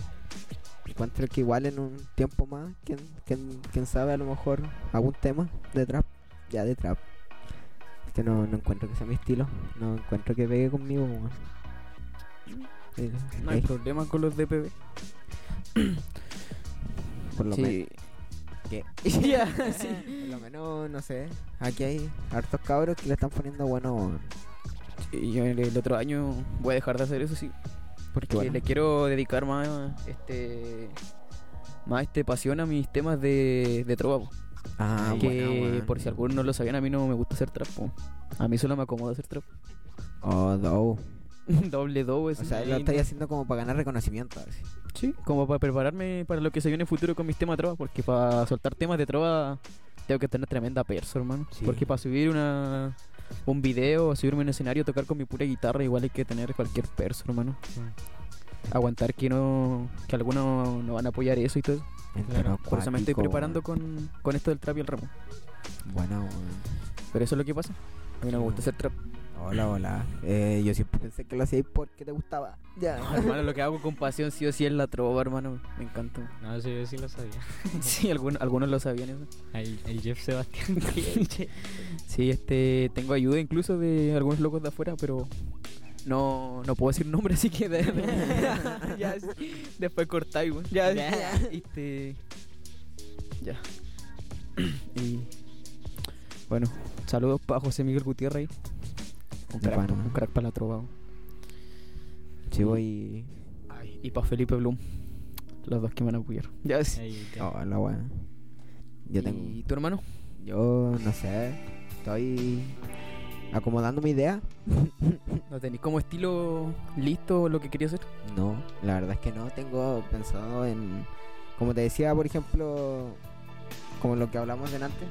[SPEAKER 4] Encuentro que igual en un tiempo más, quién, quién, quién sabe, a lo mejor algún tema de trap. Ya de trap. Es que no, no encuentro que sea mi estilo. No encuentro que pegue conmigo, weón. Eh,
[SPEAKER 2] No hay
[SPEAKER 4] eh,
[SPEAKER 2] problema con los de PB.
[SPEAKER 4] por lo menos.
[SPEAKER 2] Sí.
[SPEAKER 4] ¿Qué?
[SPEAKER 2] Ya, sí.
[SPEAKER 4] Por lo menos, no sé. Aquí hay hartos cabros que le están poniendo bueno, weón.
[SPEAKER 2] Y yo el, el otro año voy a dejar de hacer eso, sí. Porque
[SPEAKER 4] bueno.
[SPEAKER 2] le quiero dedicar más este más este pasión a mis temas de, de trova. po.
[SPEAKER 4] Ah,
[SPEAKER 2] que
[SPEAKER 4] bueno, weón.
[SPEAKER 2] por si algunos no lo sabían, a mí no me gusta hacer trap. po. A mí solo me acomoda hacer trap.
[SPEAKER 4] Oh, no.
[SPEAKER 2] Doble do, es
[SPEAKER 4] O sea, lo estáis haciendo como para ganar reconocimiento. así.
[SPEAKER 2] Sí, como para prepararme para lo que se viene en el futuro con mis temas de trova, porque para soltar temas de trova tengo que tener tremenda perso, hermano.
[SPEAKER 4] Sí.
[SPEAKER 2] Porque para subir una un video, subirme a un escenario, tocar con mi pura guitarra, igual hay que tener cualquier perso, hermano. Aguantar que no que algunos no van a apoyar eso y todo. eso.
[SPEAKER 4] Entero
[SPEAKER 2] Por eso me estoy
[SPEAKER 4] acuático,
[SPEAKER 2] preparando
[SPEAKER 4] weón.
[SPEAKER 2] con, con esto del trap y el ramo.
[SPEAKER 4] Bueno, weón.
[SPEAKER 2] Pero eso es lo que pasa. A mí no me gusta hacer trap.
[SPEAKER 4] Hola, hola. Eh, yo siempre pensé que lo hacíais porque te gustaba. Ya.
[SPEAKER 2] hermano, lo que hago con pasión sí o sí es la trova, hermano. Me encanta.
[SPEAKER 7] No, eso yo sí lo sabía.
[SPEAKER 2] Sí, algunos, algunos lo sabían eso.
[SPEAKER 7] El, el Jeff Sebastián.
[SPEAKER 2] Sí, este, tengo ayuda incluso de algunos locos de afuera, pero no, no puedo decir nombre, así que de- ya, sí. después cortáis, weón. Ya, este, ya. Y bueno, saludos para José Miguel Gutiérrez, un
[SPEAKER 4] De
[SPEAKER 2] crack,
[SPEAKER 4] pana.
[SPEAKER 2] un crack para la trova. weón.
[SPEAKER 4] Sí, voy.
[SPEAKER 2] Y para Felipe Blum, los dos que me van a apoyar. Ya, sí.
[SPEAKER 7] Ahí te-
[SPEAKER 4] Hola, weón. Yo tengo.
[SPEAKER 2] ¿Y tu hermano?
[SPEAKER 4] Yo, no sé. Estoy acomodando mi idea.
[SPEAKER 2] ¿No tenéis como estilo listo lo que quería hacer?
[SPEAKER 4] No, la verdad es que no. Tengo pensado en. Como te decía, por ejemplo, como lo que hablamos delante,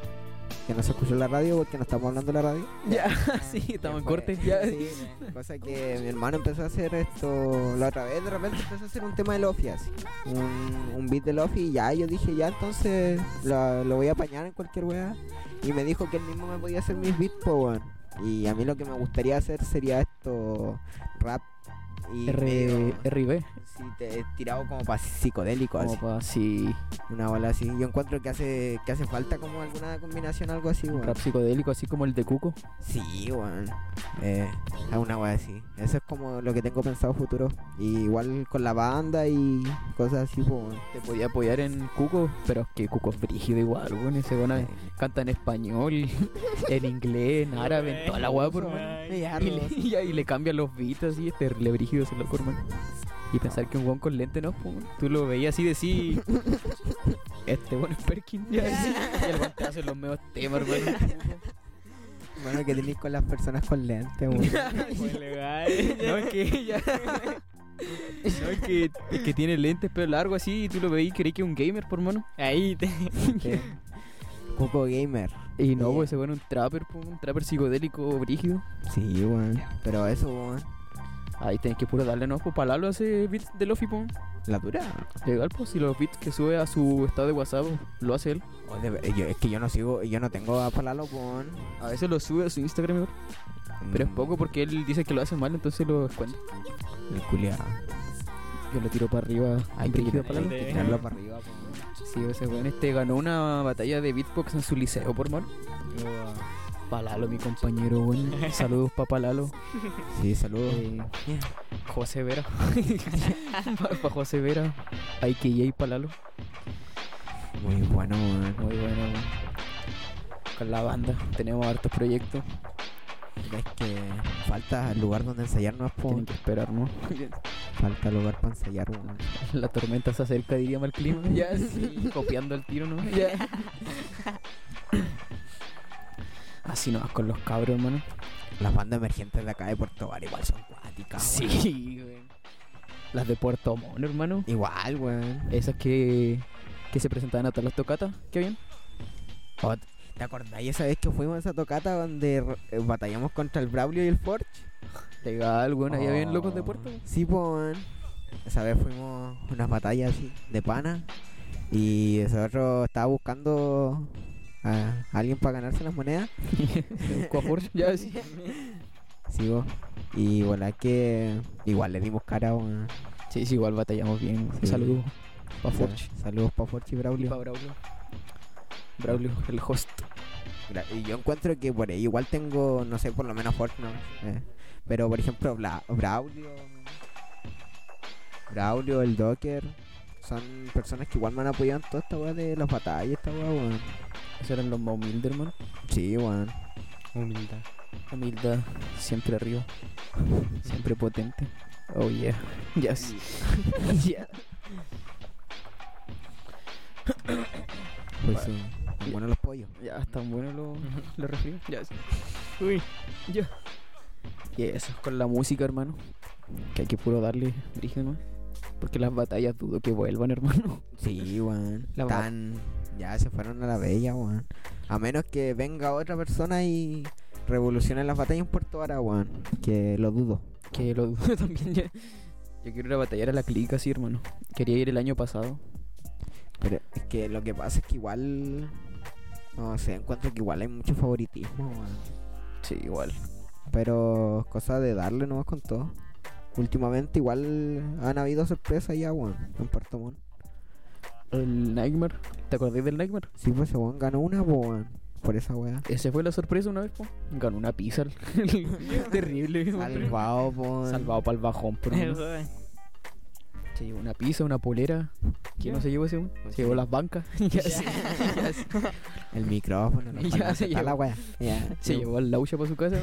[SPEAKER 4] que no se escuchó en la radio porque no estamos hablando en la radio.
[SPEAKER 2] Ya, sí, estamos en
[SPEAKER 4] fue-
[SPEAKER 2] corte.
[SPEAKER 4] sí, cosa que mi hermano empezó a hacer esto la otra vez, de repente empezó a hacer un tema de Lofi así. Un, un beat de Lofi y ya yo dije, ya entonces la- lo voy a apañar en cualquier weá. Y me dijo que él mismo me podía hacer mis beats, po, weón. Y a mí lo que me gustaría hacer sería esto, rap y medio-
[SPEAKER 2] R- RB.
[SPEAKER 4] sí, te- tirado como para psicodélico, así.
[SPEAKER 2] Como pa' así,
[SPEAKER 4] Una bola así. Yo encuentro que hace que hace falta como alguna combinación, algo así,
[SPEAKER 2] un
[SPEAKER 4] weón.
[SPEAKER 2] rap psicodélico, así como el de Cuco.
[SPEAKER 4] Sí, weón. Eh, es una weá así. Eso es como lo que tengo pensado futuro. Y igual con la banda y cosas así, po, weón.
[SPEAKER 2] Te podía apoyar en Cuco, pero es que Cuco es brígido igual, weón. Ese
[SPEAKER 4] Eh,
[SPEAKER 2] weón canta en español, en inglés, en árabe, en toda la weá, por mano.
[SPEAKER 4] Ay,
[SPEAKER 2] Y le, y ahí le cambian los beats así, este le brígido ese loco, hermano. Y pensar que un weón con lente no, po, weón. tú lo veías así de sí. Este weón es Perkin, ya así. Y el weón te hace los medios temas, hermano.
[SPEAKER 4] Bueno, que tenéis con las personas con lentes, weón.
[SPEAKER 7] Fue legal.
[SPEAKER 2] No, es que ya. No, es que, es que tiene lentes, pero largo así, y tú lo veías y creí que es un gamer, por mano.
[SPEAKER 7] Ahí te.
[SPEAKER 4] Sí. Cuco Gamer.
[SPEAKER 2] Y no,
[SPEAKER 4] Ya.
[SPEAKER 2] pues se bueno un trapper, po, un trapper psicodélico brígido.
[SPEAKER 4] Sí, weón. Pero eso, weón.
[SPEAKER 2] Ahí tenés que puro darle no, pues para Lalo hace beats de Lofi, po.
[SPEAKER 4] La dura.
[SPEAKER 2] Legal, pues, si los beats que sube a su estado de WhatsApp, lo hace él.
[SPEAKER 4] Oh, de ver- yo- es que yo no sigo, yo no tengo a Palalo, po.
[SPEAKER 2] A veces lo sube a su Instagram, igual,
[SPEAKER 4] Ah,
[SPEAKER 2] pero
[SPEAKER 4] mm.
[SPEAKER 2] es poco porque él dice que lo hace mal, entonces lo esconde.
[SPEAKER 4] El culiado.
[SPEAKER 2] Yo lo tiro para arriba.
[SPEAKER 4] Hay que
[SPEAKER 2] brígido
[SPEAKER 4] quitar-
[SPEAKER 2] para ¿eh?
[SPEAKER 4] hay
[SPEAKER 2] Lalo.
[SPEAKER 4] que tirarlo para arriba, po.
[SPEAKER 2] Sí, ese weón este ganó una batalla de beatbox en su liceo, por mor. Palalo, mi compañero, weón. Saludos pa' Palalo.
[SPEAKER 4] Sí, saludos.
[SPEAKER 2] Eh, José Vera. pa, pa' José Vera. Hay que ir Palalo.
[SPEAKER 4] Muy bueno, weón.
[SPEAKER 2] Muy bueno, weón. Con la banda. Tenemos hartos proyectos.
[SPEAKER 4] Es que falta lugar donde ensayar más, po.
[SPEAKER 2] Tienen que esperar, ¿no?
[SPEAKER 4] Falta lugar para ensayar, weón.
[SPEAKER 2] La tormenta se acerca, diría mal clima. Ya, sí. Copiando el tiro, ¿no? Ya. Así nomás con los cabros, hermano.
[SPEAKER 4] Las bandas emergentes de acá de Puerto Varas igual son
[SPEAKER 2] Ah,
[SPEAKER 4] cuáticas, weón.
[SPEAKER 2] Sí, güey. Las de Puerto Montt, hermano.
[SPEAKER 4] Igual, weón.
[SPEAKER 2] Esas que, que se presentaban a todas las tocatas. Qué bien. Oh,
[SPEAKER 4] Ot- ¿Te acordáis esa vez que fuimos a esa tocata donde eh, batallamos contra el Braulio y el Forge?
[SPEAKER 2] Legal, güey. Allá bien locos de
[SPEAKER 4] Oh.
[SPEAKER 2] Puerto. güey.
[SPEAKER 4] Sí, po, weón. Esa vez fuimos a unas batallas así, de pana. Y nosotros estaba buscando a alguien para ganarse las monedas.
[SPEAKER 2] Un coafur, ya sí.
[SPEAKER 4] Sí, vos. Y bueno, es que igual le dimos cara, weón.
[SPEAKER 2] Sí, sí, igual batallamos bien.
[SPEAKER 4] Sí.
[SPEAKER 2] Saludos. Pa' Forge.
[SPEAKER 4] Sal- Saludos para Forge y
[SPEAKER 2] Y
[SPEAKER 4] Braulio.
[SPEAKER 2] pa' Braulio. Braulio, el host.
[SPEAKER 4] Gra- Y yo encuentro que por ahí igual tengo, no sé, por lo menos Fortnite. ¿no? Eh, pero por ejemplo, Bla- Braulio. Braulio, el Docker. Son personas que igual me han apoyado en toda esta weá de las batallas, esta weá, weón.
[SPEAKER 2] Esos eran los más humildes, hermano.
[SPEAKER 4] Sí, weón.
[SPEAKER 3] Humildad.
[SPEAKER 2] Humildad, siempre arriba. Siempre potente. Oh, yeah. Yes. yeah.
[SPEAKER 4] Pues sí. son buenos los pollos.
[SPEAKER 2] Ya, están buenos los lo refríos. Ya. sí. Uy, ya. Y eso, con la música, hermano. Que hay que puro darle brígido, ¿no? Porque las batallas dudo que vuelvan, hermano.
[SPEAKER 4] Sí, weón.
[SPEAKER 2] Pues, La verdad.
[SPEAKER 4] Tan. Ya se fueron a la bella, weón. A menos que venga otra persona y revolucione las batallas en Puerto Vara, weón. Que lo dudo.
[SPEAKER 2] Que lo dudo también ya. Yo quiero ir a batallar a la clica, sí, hermano. Quería ir el año pasado.
[SPEAKER 4] Pero es que lo que pasa es que igual. No sé, encuentro que igual hay mucho favoritismo, weón.
[SPEAKER 2] Sí, igual.
[SPEAKER 4] Pero cosa de darle nomás con todo. Últimamente igual han habido sorpresas ya, weón, en Puerto Montt.
[SPEAKER 2] El Nightmare. ¿Te acordás del Nightmare?
[SPEAKER 4] Sí, pues ese weón ganó una, po, weón. Por esa weá.
[SPEAKER 2] Esa fue la sorpresa una vez, po. Ganó una pizza. el- Terrible. hombre.
[SPEAKER 4] Salvado, po, weón.
[SPEAKER 2] Salvado para el bajón, por lo menos. Se llevó una pizza, una polera. ¿Quién no se llevó ese? weón? Se llevó las bancas. Ya sé, ya sé.
[SPEAKER 4] El micrófono, no,
[SPEAKER 2] Ya
[SPEAKER 4] para
[SPEAKER 2] se
[SPEAKER 4] está la
[SPEAKER 2] llevó.
[SPEAKER 4] weá. Ya.
[SPEAKER 2] Se llevó al laucha para su casa.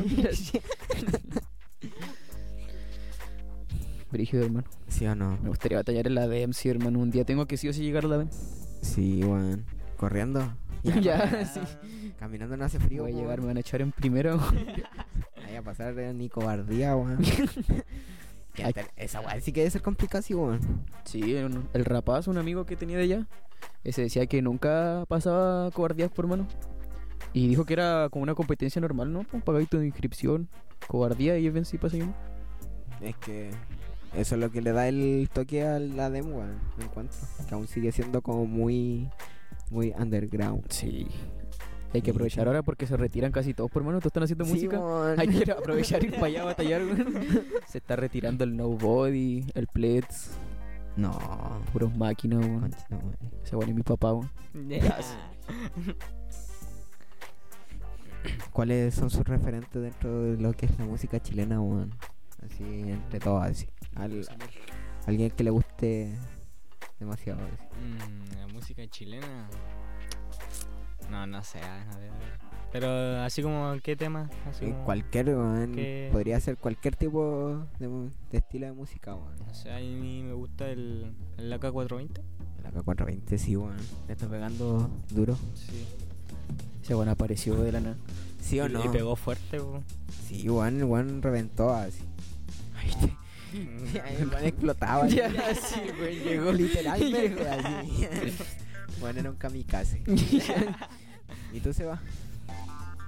[SPEAKER 2] Brígido, hermano.
[SPEAKER 4] ¿Sí o no?
[SPEAKER 2] Me gustaría batallar en la DMC, hermano. Un día tengo que sí o sí llegar a la DMC.
[SPEAKER 4] Sí, weón. Corriendo.
[SPEAKER 2] Ya,
[SPEAKER 4] corriendo.
[SPEAKER 2] sí.
[SPEAKER 4] Caminando no hace frío,
[SPEAKER 2] Voy a
[SPEAKER 4] po,
[SPEAKER 2] llegar, me
[SPEAKER 4] weón.
[SPEAKER 2] van a echar en primero.
[SPEAKER 4] Ahí a pasar eh, ni cobardía, weón. Ya,
[SPEAKER 2] Ay.
[SPEAKER 4] pero esa weá sí que debe ser complicada, sí, weón.
[SPEAKER 2] Sí, un- el rapaz, un amigo que tenía de allá, ese decía que nunca pasaba cobardías por mano. Y dijo que era como una competencia normal, ¿no? Pues pagáis tu inscripción, cobardía y ven si pasa uno.
[SPEAKER 4] Es que eso es lo que le da el toque a la demo, weón, me encuentro. Que aún sigue siendo como muy, muy underground.
[SPEAKER 2] Sí. Hay que aprovechar ahora porque se retiran casi todos por mano, todos están haciendo música.
[SPEAKER 4] Simón.
[SPEAKER 2] Hay que aprovechar ir para allá a batallar, güey. Se está retirando el Nobody, el Plets,
[SPEAKER 4] No,
[SPEAKER 2] puros máquinas, güey.
[SPEAKER 4] conchita, weón.
[SPEAKER 2] Se vuelve mi papá, güey.
[SPEAKER 4] ¿Cuáles son sus referentes dentro de lo que es la música chilena, weón? Así, entre todos, así. Al- alguien que le guste demasiado. así.
[SPEAKER 7] Mm, la música chilena. No, no sé. a ver, a ver. Pero así como, ¿qué tema? Así
[SPEAKER 4] Y
[SPEAKER 7] como-
[SPEAKER 4] Eh, Cualquier, weón.
[SPEAKER 7] que-
[SPEAKER 4] Podría ser cualquier tipo de, mu- de estilo de música, weón.
[SPEAKER 7] No sé, a mí me gusta el, el AK420.
[SPEAKER 4] La K420, sí, weón. Le está pegando duro.
[SPEAKER 7] Sí.
[SPEAKER 2] Ese güey apareció de la nada.
[SPEAKER 4] ¿Sí o
[SPEAKER 7] Y-
[SPEAKER 4] no?
[SPEAKER 7] Y pegó fuerte, po.
[SPEAKER 4] Sí, Juan, Juan reventó así. Juan explotaba. así.
[SPEAKER 2] sí, güey,
[SPEAKER 4] Llegó literalmente así. Juan era un kamikaze. ¿Y tú se va?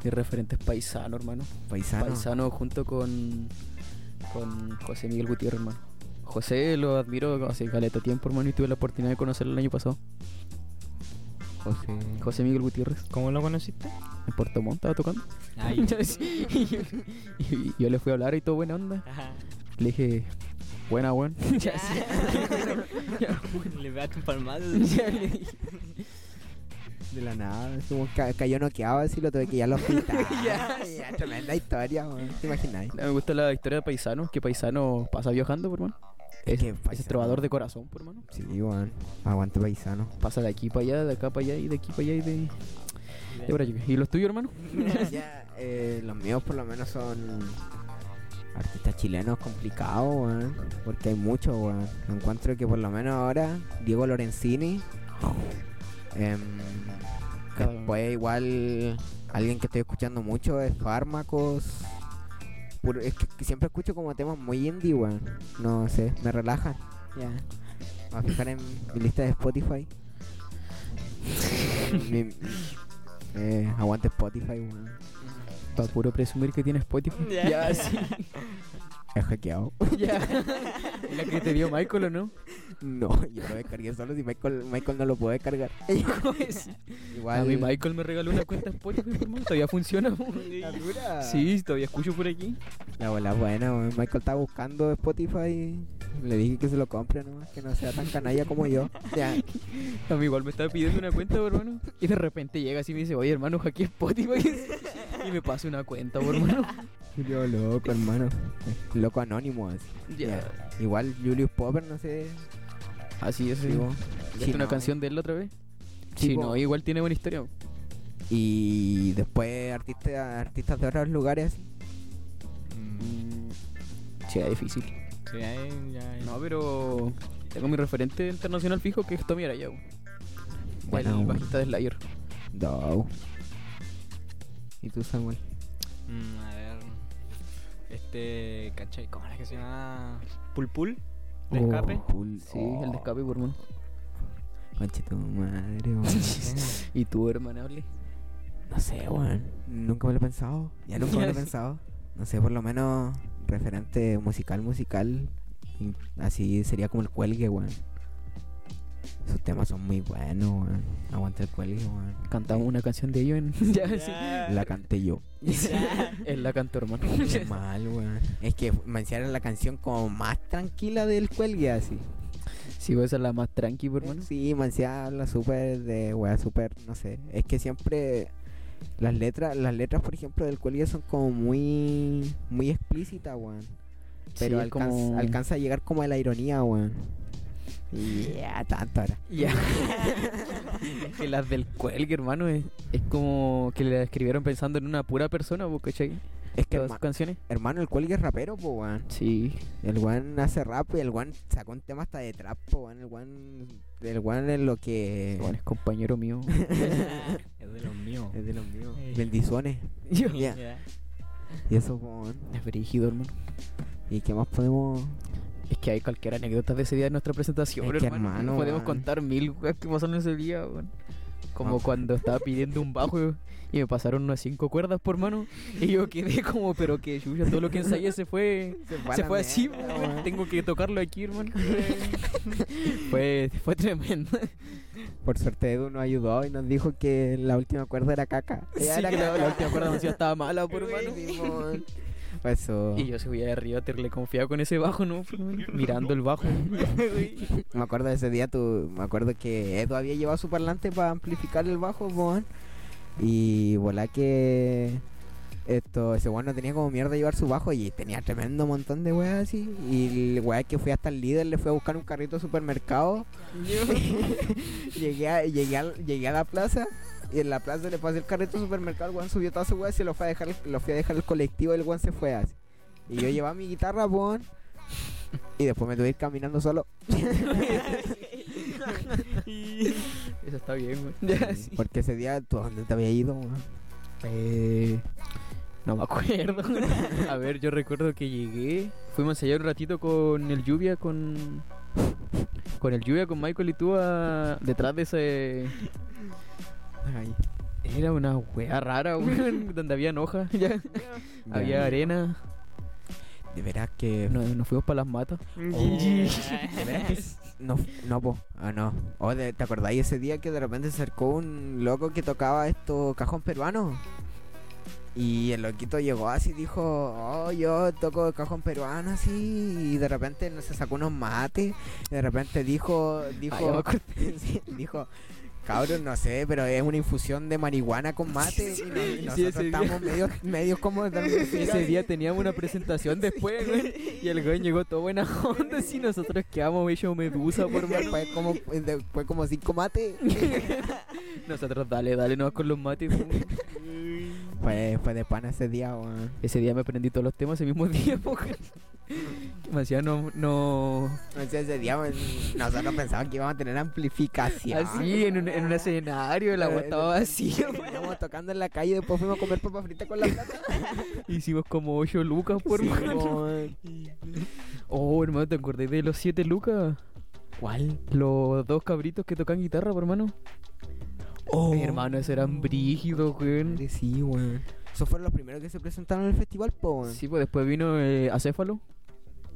[SPEAKER 2] Mi referente es paisano, hermano.
[SPEAKER 4] Paisano.
[SPEAKER 2] Paisano junto con con José Miguel Gutiérrez, hermano. José lo admiro hace caleta tiempo, hermano, y tuve la oportunidad de conocerlo el año pasado.
[SPEAKER 4] José.
[SPEAKER 2] José Miguel Gutiérrez,
[SPEAKER 3] ¿Cómo lo conociste?
[SPEAKER 2] en Puerto Montt estaba tocando.
[SPEAKER 7] Ay.
[SPEAKER 2] y, yo, y yo le fui a hablar y todo buena onda.
[SPEAKER 7] Ajá.
[SPEAKER 2] Le dije, buena, weón.
[SPEAKER 7] Ya. Le pegaste un palmazo. Yo
[SPEAKER 4] De la nada, es como ca- cayó noqueado así, lo tuve que ir al hospital. ya, ya, tremenda historia, weón. ¿Te imagináis?
[SPEAKER 2] Me gusta la historia de Paisano, que Paisano pasa viajando, por hermano. Es,
[SPEAKER 4] que
[SPEAKER 2] es
[SPEAKER 4] Paisano-
[SPEAKER 2] trovador de corazón, por hermano.
[SPEAKER 4] Sí, weón. Aguante paisano.
[SPEAKER 2] Pasa de aquí para allá, de acá para allá, y de aquí para allá, y de... de por allí. ¿Y los tuyos, hermano?
[SPEAKER 4] ya, eh, los míos por lo menos son artistas chilenos complicados, weón. Porque hay muchos, weón. Encuentro que por lo menos ahora, Diego Lorenzini. em,
[SPEAKER 2] Cada-
[SPEAKER 4] después igual alguien que estoy escuchando mucho es Fármacos. Puro- es que siempre escucho como temas muy indie, weón. No sé, me relajan. Ya. Me Voy a fijar en mi lista de Spotify. Mi- eh, aguante Spotify, weón.
[SPEAKER 2] Para puro presumir que tiene Spotify.
[SPEAKER 7] Ya.
[SPEAKER 2] Ya, sí.
[SPEAKER 4] ¿Es hackeado?
[SPEAKER 2] Ya. La que te dio Michael, ¿o no?
[SPEAKER 4] No, yo lo descargué solo si Michael, Michael no lo puede descargar. Igual.
[SPEAKER 2] A mí Michael me regaló una cuenta Spotify, hermano. Todavía funciona.
[SPEAKER 4] Dura.
[SPEAKER 2] Sí, todavía escucho por aquí.
[SPEAKER 4] La bola buena, weón. Michael estaba buscando Spotify. Le dije que se lo compre nomás, que no sea tan canalla como yo. Ya.
[SPEAKER 2] A mí igual me estaba pidiendo una cuenta, por hermano. Y de repente llega así y me dice, oye, hermano, hackeé Spotify. Y me pasa una cuenta, por hermano.
[SPEAKER 4] Yo loco, hermano. Loco anónimo. así.
[SPEAKER 2] Ya.
[SPEAKER 4] Igual Julius Popper, no sé.
[SPEAKER 2] Así es,
[SPEAKER 4] digo,
[SPEAKER 2] digo. ¿Viste una
[SPEAKER 4] Chino.
[SPEAKER 2] canción de él la otra vez?
[SPEAKER 4] Sí,
[SPEAKER 2] Sí,
[SPEAKER 4] po.
[SPEAKER 2] no, igual tiene buena historia.
[SPEAKER 4] Y después artista, artistas de otros lugares. así.
[SPEAKER 2] Mm. Sí, es difícil.
[SPEAKER 7] Mm, Sí, ahí, ya, ahí.
[SPEAKER 2] No, pero tengo mi referente internacional fijo que es Tommy Araya, weón.
[SPEAKER 4] Buena
[SPEAKER 2] el
[SPEAKER 4] onda.
[SPEAKER 2] bajista de Slayer.
[SPEAKER 4] No. ¿Y tú, Samuel?
[SPEAKER 7] Mm, a ver. Este. ¿Cachai? ¿Cómo era que se llama? Pulpul.
[SPEAKER 4] Oh.
[SPEAKER 7] ¿De escape?
[SPEAKER 4] Pul-
[SPEAKER 2] Sí, el de escape, por hermano.
[SPEAKER 4] Conche tu madre, weón.
[SPEAKER 2] ¿Y tú, hermana, hable?
[SPEAKER 4] No sé, weón. Nunca me lo he pensado. Ya nunca me lo he pensado. No sé, por lo menos referente musical, musical. y Así sería como el cuelgue, weón. Sus temas son muy buenos, weón. Aguanta el cuelgue, weón.
[SPEAKER 2] Cantamos una canción de ellos en... ya, sí.
[SPEAKER 4] La canté yo.
[SPEAKER 2] Él la cantó, hermano.
[SPEAKER 4] Qué mal, weón. Es que me enseñaron la canción como más tranquila del cuelgue, así.
[SPEAKER 2] Sí, weón, esa es la más tranqui, por hermano.
[SPEAKER 4] Sí, Mancía habla súper de weá, súper, no sé. Es que siempre las letras, las letras por ejemplo del cuelgue son como muy muy explícitas, weón. Pero
[SPEAKER 2] Sí,
[SPEAKER 4] alcanz-
[SPEAKER 2] como-
[SPEAKER 4] alcanza a llegar como a la ironía, weón. Y ya, tanto ahora.
[SPEAKER 2] Ya. que las del cuelgue, hermano, es, es como que le escribieron pensando en una pura persona, ¿vos cachai?
[SPEAKER 4] Es que
[SPEAKER 2] Todas
[SPEAKER 4] herma-
[SPEAKER 2] sus canciones.
[SPEAKER 4] hermano, el cuelgue es rapero, po, weón.
[SPEAKER 2] Sí.
[SPEAKER 4] El weón hace rap y el weón sacó un tema hasta de trap, po, weón. El weón, el weón es lo que
[SPEAKER 2] Bueno, es compañero mío.
[SPEAKER 7] Es de los míos.
[SPEAKER 4] es de los míos.
[SPEAKER 7] Ey.
[SPEAKER 4] Bendiciones.
[SPEAKER 2] Yo.
[SPEAKER 4] Ya.
[SPEAKER 7] Ya.
[SPEAKER 4] Y eso, weón.
[SPEAKER 2] Es brígido, hermano.
[SPEAKER 4] ¿Y qué más podemos
[SPEAKER 2] Es que hay cualquier anécdota de ese día en nuestra presentación,
[SPEAKER 4] Es que,
[SPEAKER 2] hermano.
[SPEAKER 4] hermano,
[SPEAKER 2] Podemos
[SPEAKER 4] man.
[SPEAKER 2] contar mil cosas que pasaron ese día, weón. Como
[SPEAKER 4] Ah.
[SPEAKER 2] cuando estaba pidiendo un bajo y me pasaron unas cinco cuerdas por mano. Y yo quedé como, pero que chucha, todo lo que ensayé se fue.
[SPEAKER 4] a
[SPEAKER 2] Se
[SPEAKER 4] la
[SPEAKER 2] fue así,
[SPEAKER 4] mierda,
[SPEAKER 2] weón.
[SPEAKER 4] weón.
[SPEAKER 2] Tengo que tocarlo aquí, hermano. fue, fue tremendo.
[SPEAKER 4] Por suerte Edu nos ayudó y nos dijo que la última cuerda era caca.
[SPEAKER 2] Sí,
[SPEAKER 4] Era
[SPEAKER 2] que la,
[SPEAKER 4] caca.
[SPEAKER 2] la última cuerda no estaba mala, por hermano.
[SPEAKER 4] Simón. Pues eso.
[SPEAKER 2] Y yo subía de arriba, te le confiaba con ese bajo, ¿no? por hermano? Mirando el bajo.
[SPEAKER 4] Me acuerdo de ese día, tú, me acuerdo que Edu había llevado su parlante para amplificar el bajo, bon. Y volá que esto, ese weón no tenía como mierda llevar su bajo y tenía tremendo montón de weas así. Y el weá que fui hasta el líder le fue a buscar un carrito de supermercado. llegué, a, llegué, al- llegué a la plaza y en la plaza le pasé el carrito de supermercado, el weón subió toda su wea y lo fue a dejar, lo fui a dejar al colectivo y el weón se fue así. Y yo llevaba mi guitarra, bon. Y después me tuve que ir caminando solo.
[SPEAKER 2] Eso está bien, weón. Ya, sí.
[SPEAKER 4] Porque ese día, ¿tú a dónde te había ido? weón?
[SPEAKER 2] Eh, no me acuerdo. a ver, yo recuerdo que llegué. Fuimos a ensayar un ratito con el lluvia, con. Con el lluvia, con Michael y tú a- detrás de ese. Era una wea rara, weón, donde había hojas, ya. había arena.
[SPEAKER 4] de veras que.
[SPEAKER 2] No- nos fuimos para las matas. Oh. Eh,
[SPEAKER 4] De veras que s- No, no, po. Ah, no. Oh, de- ¿Te acordáis ese día que de repente se acercó un loco que tocaba esto cajón peruano? Y el loquito llegó así y dijo, oh, yo toco cajón peruano así. Y de repente no se sacó unos mates. y de repente dijo,
[SPEAKER 2] ya me
[SPEAKER 4] dijo, sí, dijo, cabrón, no sé, pero es una infusión de marihuana con mate. y no- y
[SPEAKER 2] Sí,
[SPEAKER 4] nosotros
[SPEAKER 2] ese día.
[SPEAKER 4] estamos medio, medio como...
[SPEAKER 2] Ese día teníamos una presentación después, güey. Y el güey llegó todo buena onda. Y nosotros quedamos hecho medusa, por mano.
[SPEAKER 4] Fue como, fue como cinco mates.
[SPEAKER 2] Nosotros, dale, dale, nos con los mates. güey.
[SPEAKER 4] Fue, fue de pana ese día, weón.
[SPEAKER 2] Ese día me aprendí todos los temas ese mismo día, po, güey. Que Me hacía no, no...
[SPEAKER 4] Ese, ese día weón, nosotros pensábamos que íbamos a tener amplificación.
[SPEAKER 2] Así, en un, en un escenario, el agua estaba vacía. güey.
[SPEAKER 4] Estábamos tocando en la calle y después fuimos a comer papas fritas con la plata.
[SPEAKER 2] Hicimos como 8 lucas, por
[SPEAKER 4] Sí,
[SPEAKER 2] mano.
[SPEAKER 4] weón.
[SPEAKER 2] Oh, hermano, ¿te acordás de los 7 lucas? ¿Cuál? Los dos cabritos que tocan guitarra, por hermano. Oh, hermano, esos eran brígidos, güey.
[SPEAKER 4] Madre, Sí, weón. Esos fueron los primeros que se presentaron en el festival, po, weón. Eh,
[SPEAKER 2] Sí, pues después vino eh, Acéfalo,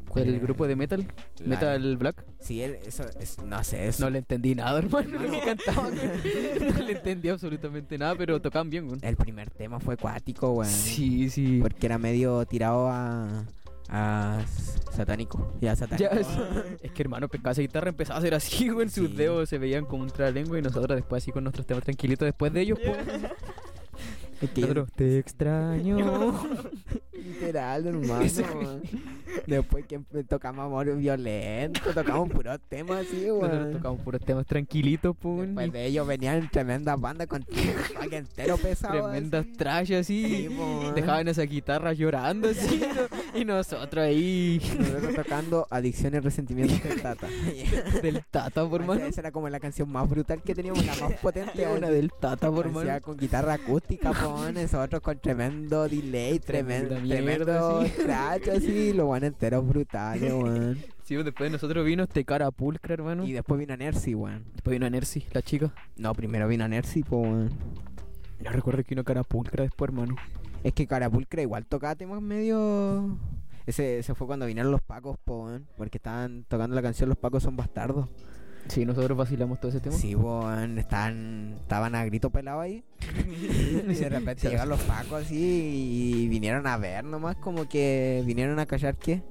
[SPEAKER 4] ¿Cuál
[SPEAKER 2] el
[SPEAKER 4] era?
[SPEAKER 2] grupo de metal,
[SPEAKER 4] La-
[SPEAKER 2] Metal Black.
[SPEAKER 4] Sí, él- eso, es- no sé, eso.
[SPEAKER 2] No le entendí nada, hermano. No, cantaba, güey. no le entendí absolutamente nada, pero tocaban bien, güey.
[SPEAKER 4] El primer tema fue acuático, Eh, weón.
[SPEAKER 2] Sí, sí.
[SPEAKER 4] Porque era medio tirado a... a satánico. Ya,
[SPEAKER 2] Ya,
[SPEAKER 4] satánico.
[SPEAKER 2] es- es que hermano, pescaba esa guitarra, empezaba a hacer así, güey, sus
[SPEAKER 4] Sí.
[SPEAKER 2] dedos se veían como un trabalengua y nosotros después así con nuestros temas tranquilitos después de ellos, po.
[SPEAKER 4] Es que
[SPEAKER 2] Nosotros, te extraño.
[SPEAKER 4] Literal, hermano. weón. Después que empe- tocamos amor violento, tocamos puros temas así,
[SPEAKER 2] Nosotros
[SPEAKER 4] weón.
[SPEAKER 2] tocamos puros temas tranquilitos, po.
[SPEAKER 4] Después de ellos venían tremendas bandas con rock entero pesado.
[SPEAKER 2] Tremendas trash así.
[SPEAKER 4] Sí, po, weón.
[SPEAKER 2] Dejaban esa guitarra llorando así. ¿no? Y nosotros ahí
[SPEAKER 4] Nosotros tocando Adicción y Resentimiento del Tata.
[SPEAKER 2] del tata, por
[SPEAKER 4] O sea,
[SPEAKER 2] mano.
[SPEAKER 4] Esa era como la canción más brutal que teníamos, la más potente.
[SPEAKER 2] Una
[SPEAKER 4] weón.
[SPEAKER 2] del tata, por
[SPEAKER 4] O sea,
[SPEAKER 2] mano.
[SPEAKER 4] con guitarra acústica, pon, nosotros con tremendo delay, tremendo,
[SPEAKER 2] Tremenda mierda,
[SPEAKER 4] tremendo
[SPEAKER 2] sí.
[SPEAKER 4] trash así, los van enteros brutales, weón.
[SPEAKER 2] Sí, después de nosotros vino este cara pulcra, hermano.
[SPEAKER 4] Y después vino Nercy, weón.
[SPEAKER 2] después vino Nercy, la chica.
[SPEAKER 4] No, primero vino Nercy, po, weón.
[SPEAKER 2] Yo recuerdo que vino cara pulcra después, hermano.
[SPEAKER 4] Es que Carapulcra igual tocaba temas medio. Ese, ese fue cuando vinieron los pacos, po, weón, Porque estaban tocando la canción Los pacos son bastardos.
[SPEAKER 2] Sí, nosotros vacilamos todo ese tema.
[SPEAKER 4] Sí, po, weón, estaban, estaban a grito pelado ahí. y de repente llegaron los pacos así y vinieron a ver nomás, como que vinieron a callar qué.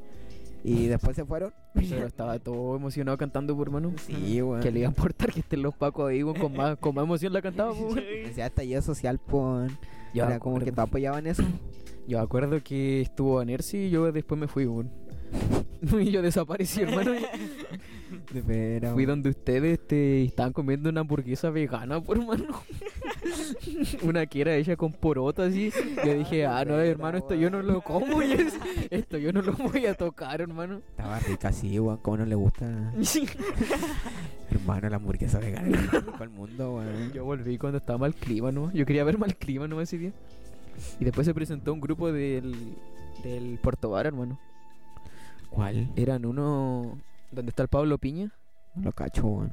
[SPEAKER 4] Y después se fueron.
[SPEAKER 2] Pero estaba todo emocionado cantando, por hermano.
[SPEAKER 4] Sí, weón.
[SPEAKER 2] Que le iba a importar que estén los pacos ahí, weón, con más, con más emoción la cantaba, po, weón.
[SPEAKER 4] O sea, estallido social, po, weón.
[SPEAKER 2] Yo
[SPEAKER 4] Era como que
[SPEAKER 2] acuerdo.
[SPEAKER 4] todos apoyaban eso.
[SPEAKER 2] Yo me acuerdo que estuvo Anersi y yo después me fui, weón. y yo desaparecí, hermano.
[SPEAKER 4] De veras.
[SPEAKER 2] Fui donde ustedes este, estaban comiendo una hamburguesa vegana, por hermano. una que era hecha con poroto así. Yo dije, ah, no, hermano, esto yo no lo como. y es- esto yo no lo voy a tocar, hermano.
[SPEAKER 4] Estaba rica así, weón. Como no le gusta. Hermano, la hamburguesa vegana. Todo el mundo, weón.
[SPEAKER 2] yo volví cuando estaba mal clima, ¿no? Yo quería ver mal clima, ¿no? Ese día. Y después se presentó un grupo del, del Puerto Vara, hermano.
[SPEAKER 4] ¿Cuál?
[SPEAKER 2] Eran uno donde está el Pablo Piña.
[SPEAKER 4] No Lo cacho, weón.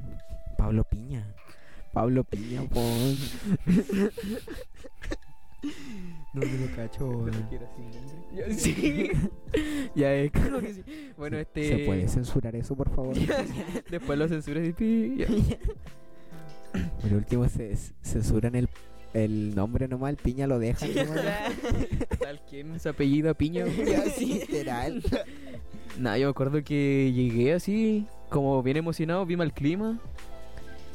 [SPEAKER 4] Pablo Piña. Pablo Piña, weón. no, no lo cacho,
[SPEAKER 2] Este
[SPEAKER 4] weón.
[SPEAKER 2] Ya, Sí. ya es claro que sí. Bueno,
[SPEAKER 4] ¿Se-
[SPEAKER 2] este.
[SPEAKER 4] ¿Se puede censurar eso, por favor?
[SPEAKER 2] Después lo censuras y pi. ya.
[SPEAKER 4] Por último, se se- censuran el, el nombre nomás, el Piña lo dejan. nomás.
[SPEAKER 2] Tal quien se apellida Piña.
[SPEAKER 4] Ya, sí, literal.
[SPEAKER 2] Nah, yo me acuerdo que llegué así, como bien emocionado, vi mal clima.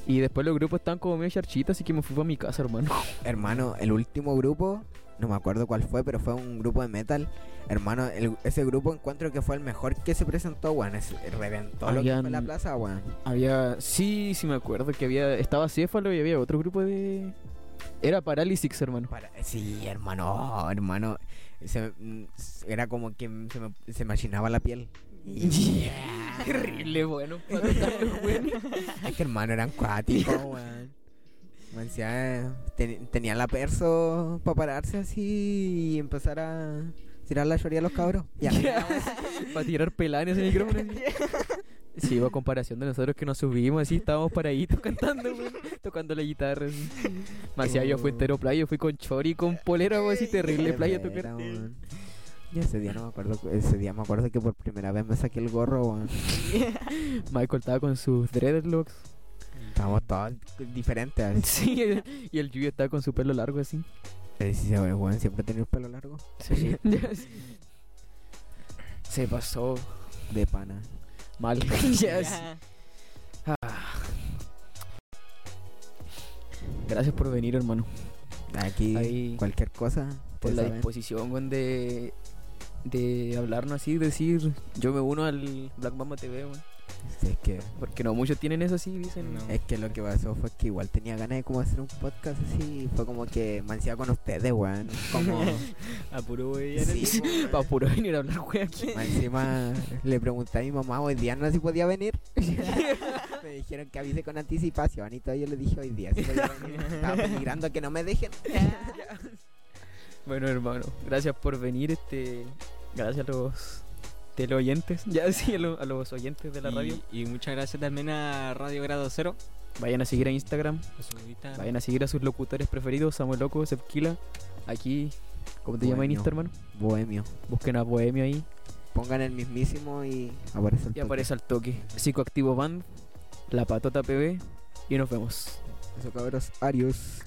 [SPEAKER 2] Y después los grupos estaban como medio charchitas, así que me fui para mi casa, hermano.
[SPEAKER 4] Hermano, el último grupo, no me acuerdo cuál fue, pero fue un grupo de metal. Hermano, el- ese grupo encuentro que fue el mejor que se presentó, weón. Es- Reventó lo que fue
[SPEAKER 2] Habían-
[SPEAKER 4] la plaza, weón.
[SPEAKER 2] Había. Sí, sí me acuerdo que había. Estaba Céfalo y había otro grupo de. Era Parálisis, hermano.
[SPEAKER 4] Para- Sí, hermano, hermano. Se- mm, s- era como que mm, se me, se me achinaba la piel.
[SPEAKER 2] Terrible, bueno, para tocar los buenos.
[SPEAKER 4] Ay, que hermano, eran cuáticos, weón. Me decía, ten- tenía la perso para pararse así y empezar a tirar la lloría a los cabros. Ya.
[SPEAKER 2] Para tirar pelanes en el micrófono. así. Sí, a comparación de nosotros que nos subimos así, estábamos paraditos cantando, güey, tocando la guitarra. así. Más allá, yo fui entero playa, yo fui con chori, con polera, güey, así terrible playa tocar.
[SPEAKER 4] Era, weón. Y ese día no me acuerdo, ese día me acuerdo que por primera vez me saqué el gorro, weón.
[SPEAKER 2] Michael estaba con sus dreadlocks.
[SPEAKER 4] Estábamos todos diferentes. así.
[SPEAKER 2] Sí, y el Yuyo estaba con su pelo largo así.
[SPEAKER 4] Pero sí, weón, weón, siempre tenía el pelo largo.
[SPEAKER 2] Se pasó
[SPEAKER 4] De pana.
[SPEAKER 2] mal. Yes. Ah.
[SPEAKER 7] Ya.
[SPEAKER 2] Gracias por venir, hermano.
[SPEAKER 4] Aquí,
[SPEAKER 2] Ahí-
[SPEAKER 4] cualquier
[SPEAKER 2] Por
[SPEAKER 4] cosa. ustedes
[SPEAKER 2] pues, la
[SPEAKER 4] saben.
[SPEAKER 2] disposición, weón, de, de hablarnos así, decir, yo me uno al Black Mamba TV, weón.
[SPEAKER 4] Sí, es que
[SPEAKER 2] Porque no muchos tienen eso así, dicen.
[SPEAKER 7] No.
[SPEAKER 4] Es que lo que pasó fue que igual tenía ganas de como hacer un podcast así. y Fue como que mancía con ustedes, weón. Como.
[SPEAKER 7] A puro güey, ya no-
[SPEAKER 4] sí, po,
[SPEAKER 2] Para
[SPEAKER 4] weón.
[SPEAKER 2] puro venir a hablar, weón, aquí.
[SPEAKER 4] Más Encima le pregunté a mi mamá hoy día no si podía venir. me dijeron que avise con anticipación y todo. Yo le dije hoy día si podía venir. Estaba peligrando que no me dejen.
[SPEAKER 2] Bueno, hermano, gracias por venir. este Gracias a los teleoyentes. Ya sí, a, lo- a los oyentes de la radio.
[SPEAKER 7] Y, y muchas gracias también a Radio Grado Cero.
[SPEAKER 2] Vayan a seguir a Instagram.
[SPEAKER 7] a su
[SPEAKER 3] Ah.
[SPEAKER 7] Instagram.
[SPEAKER 2] Vayan a seguir a sus locutores preferidos, Samuel Loco, Sepquila. Aquí, ¿cómo te llamas en
[SPEAKER 4] Bohemio.
[SPEAKER 2] Insta, hermano?
[SPEAKER 4] Bohemio.
[SPEAKER 2] Busquen a Bohemio ahí.
[SPEAKER 4] Pongan el mismísimo y aparece el
[SPEAKER 2] Y
[SPEAKER 4] toque.
[SPEAKER 2] aparece al toque. Psicoactivo Band, La Patota PB. Y nos vemos.
[SPEAKER 4] Eso cabros. Arios.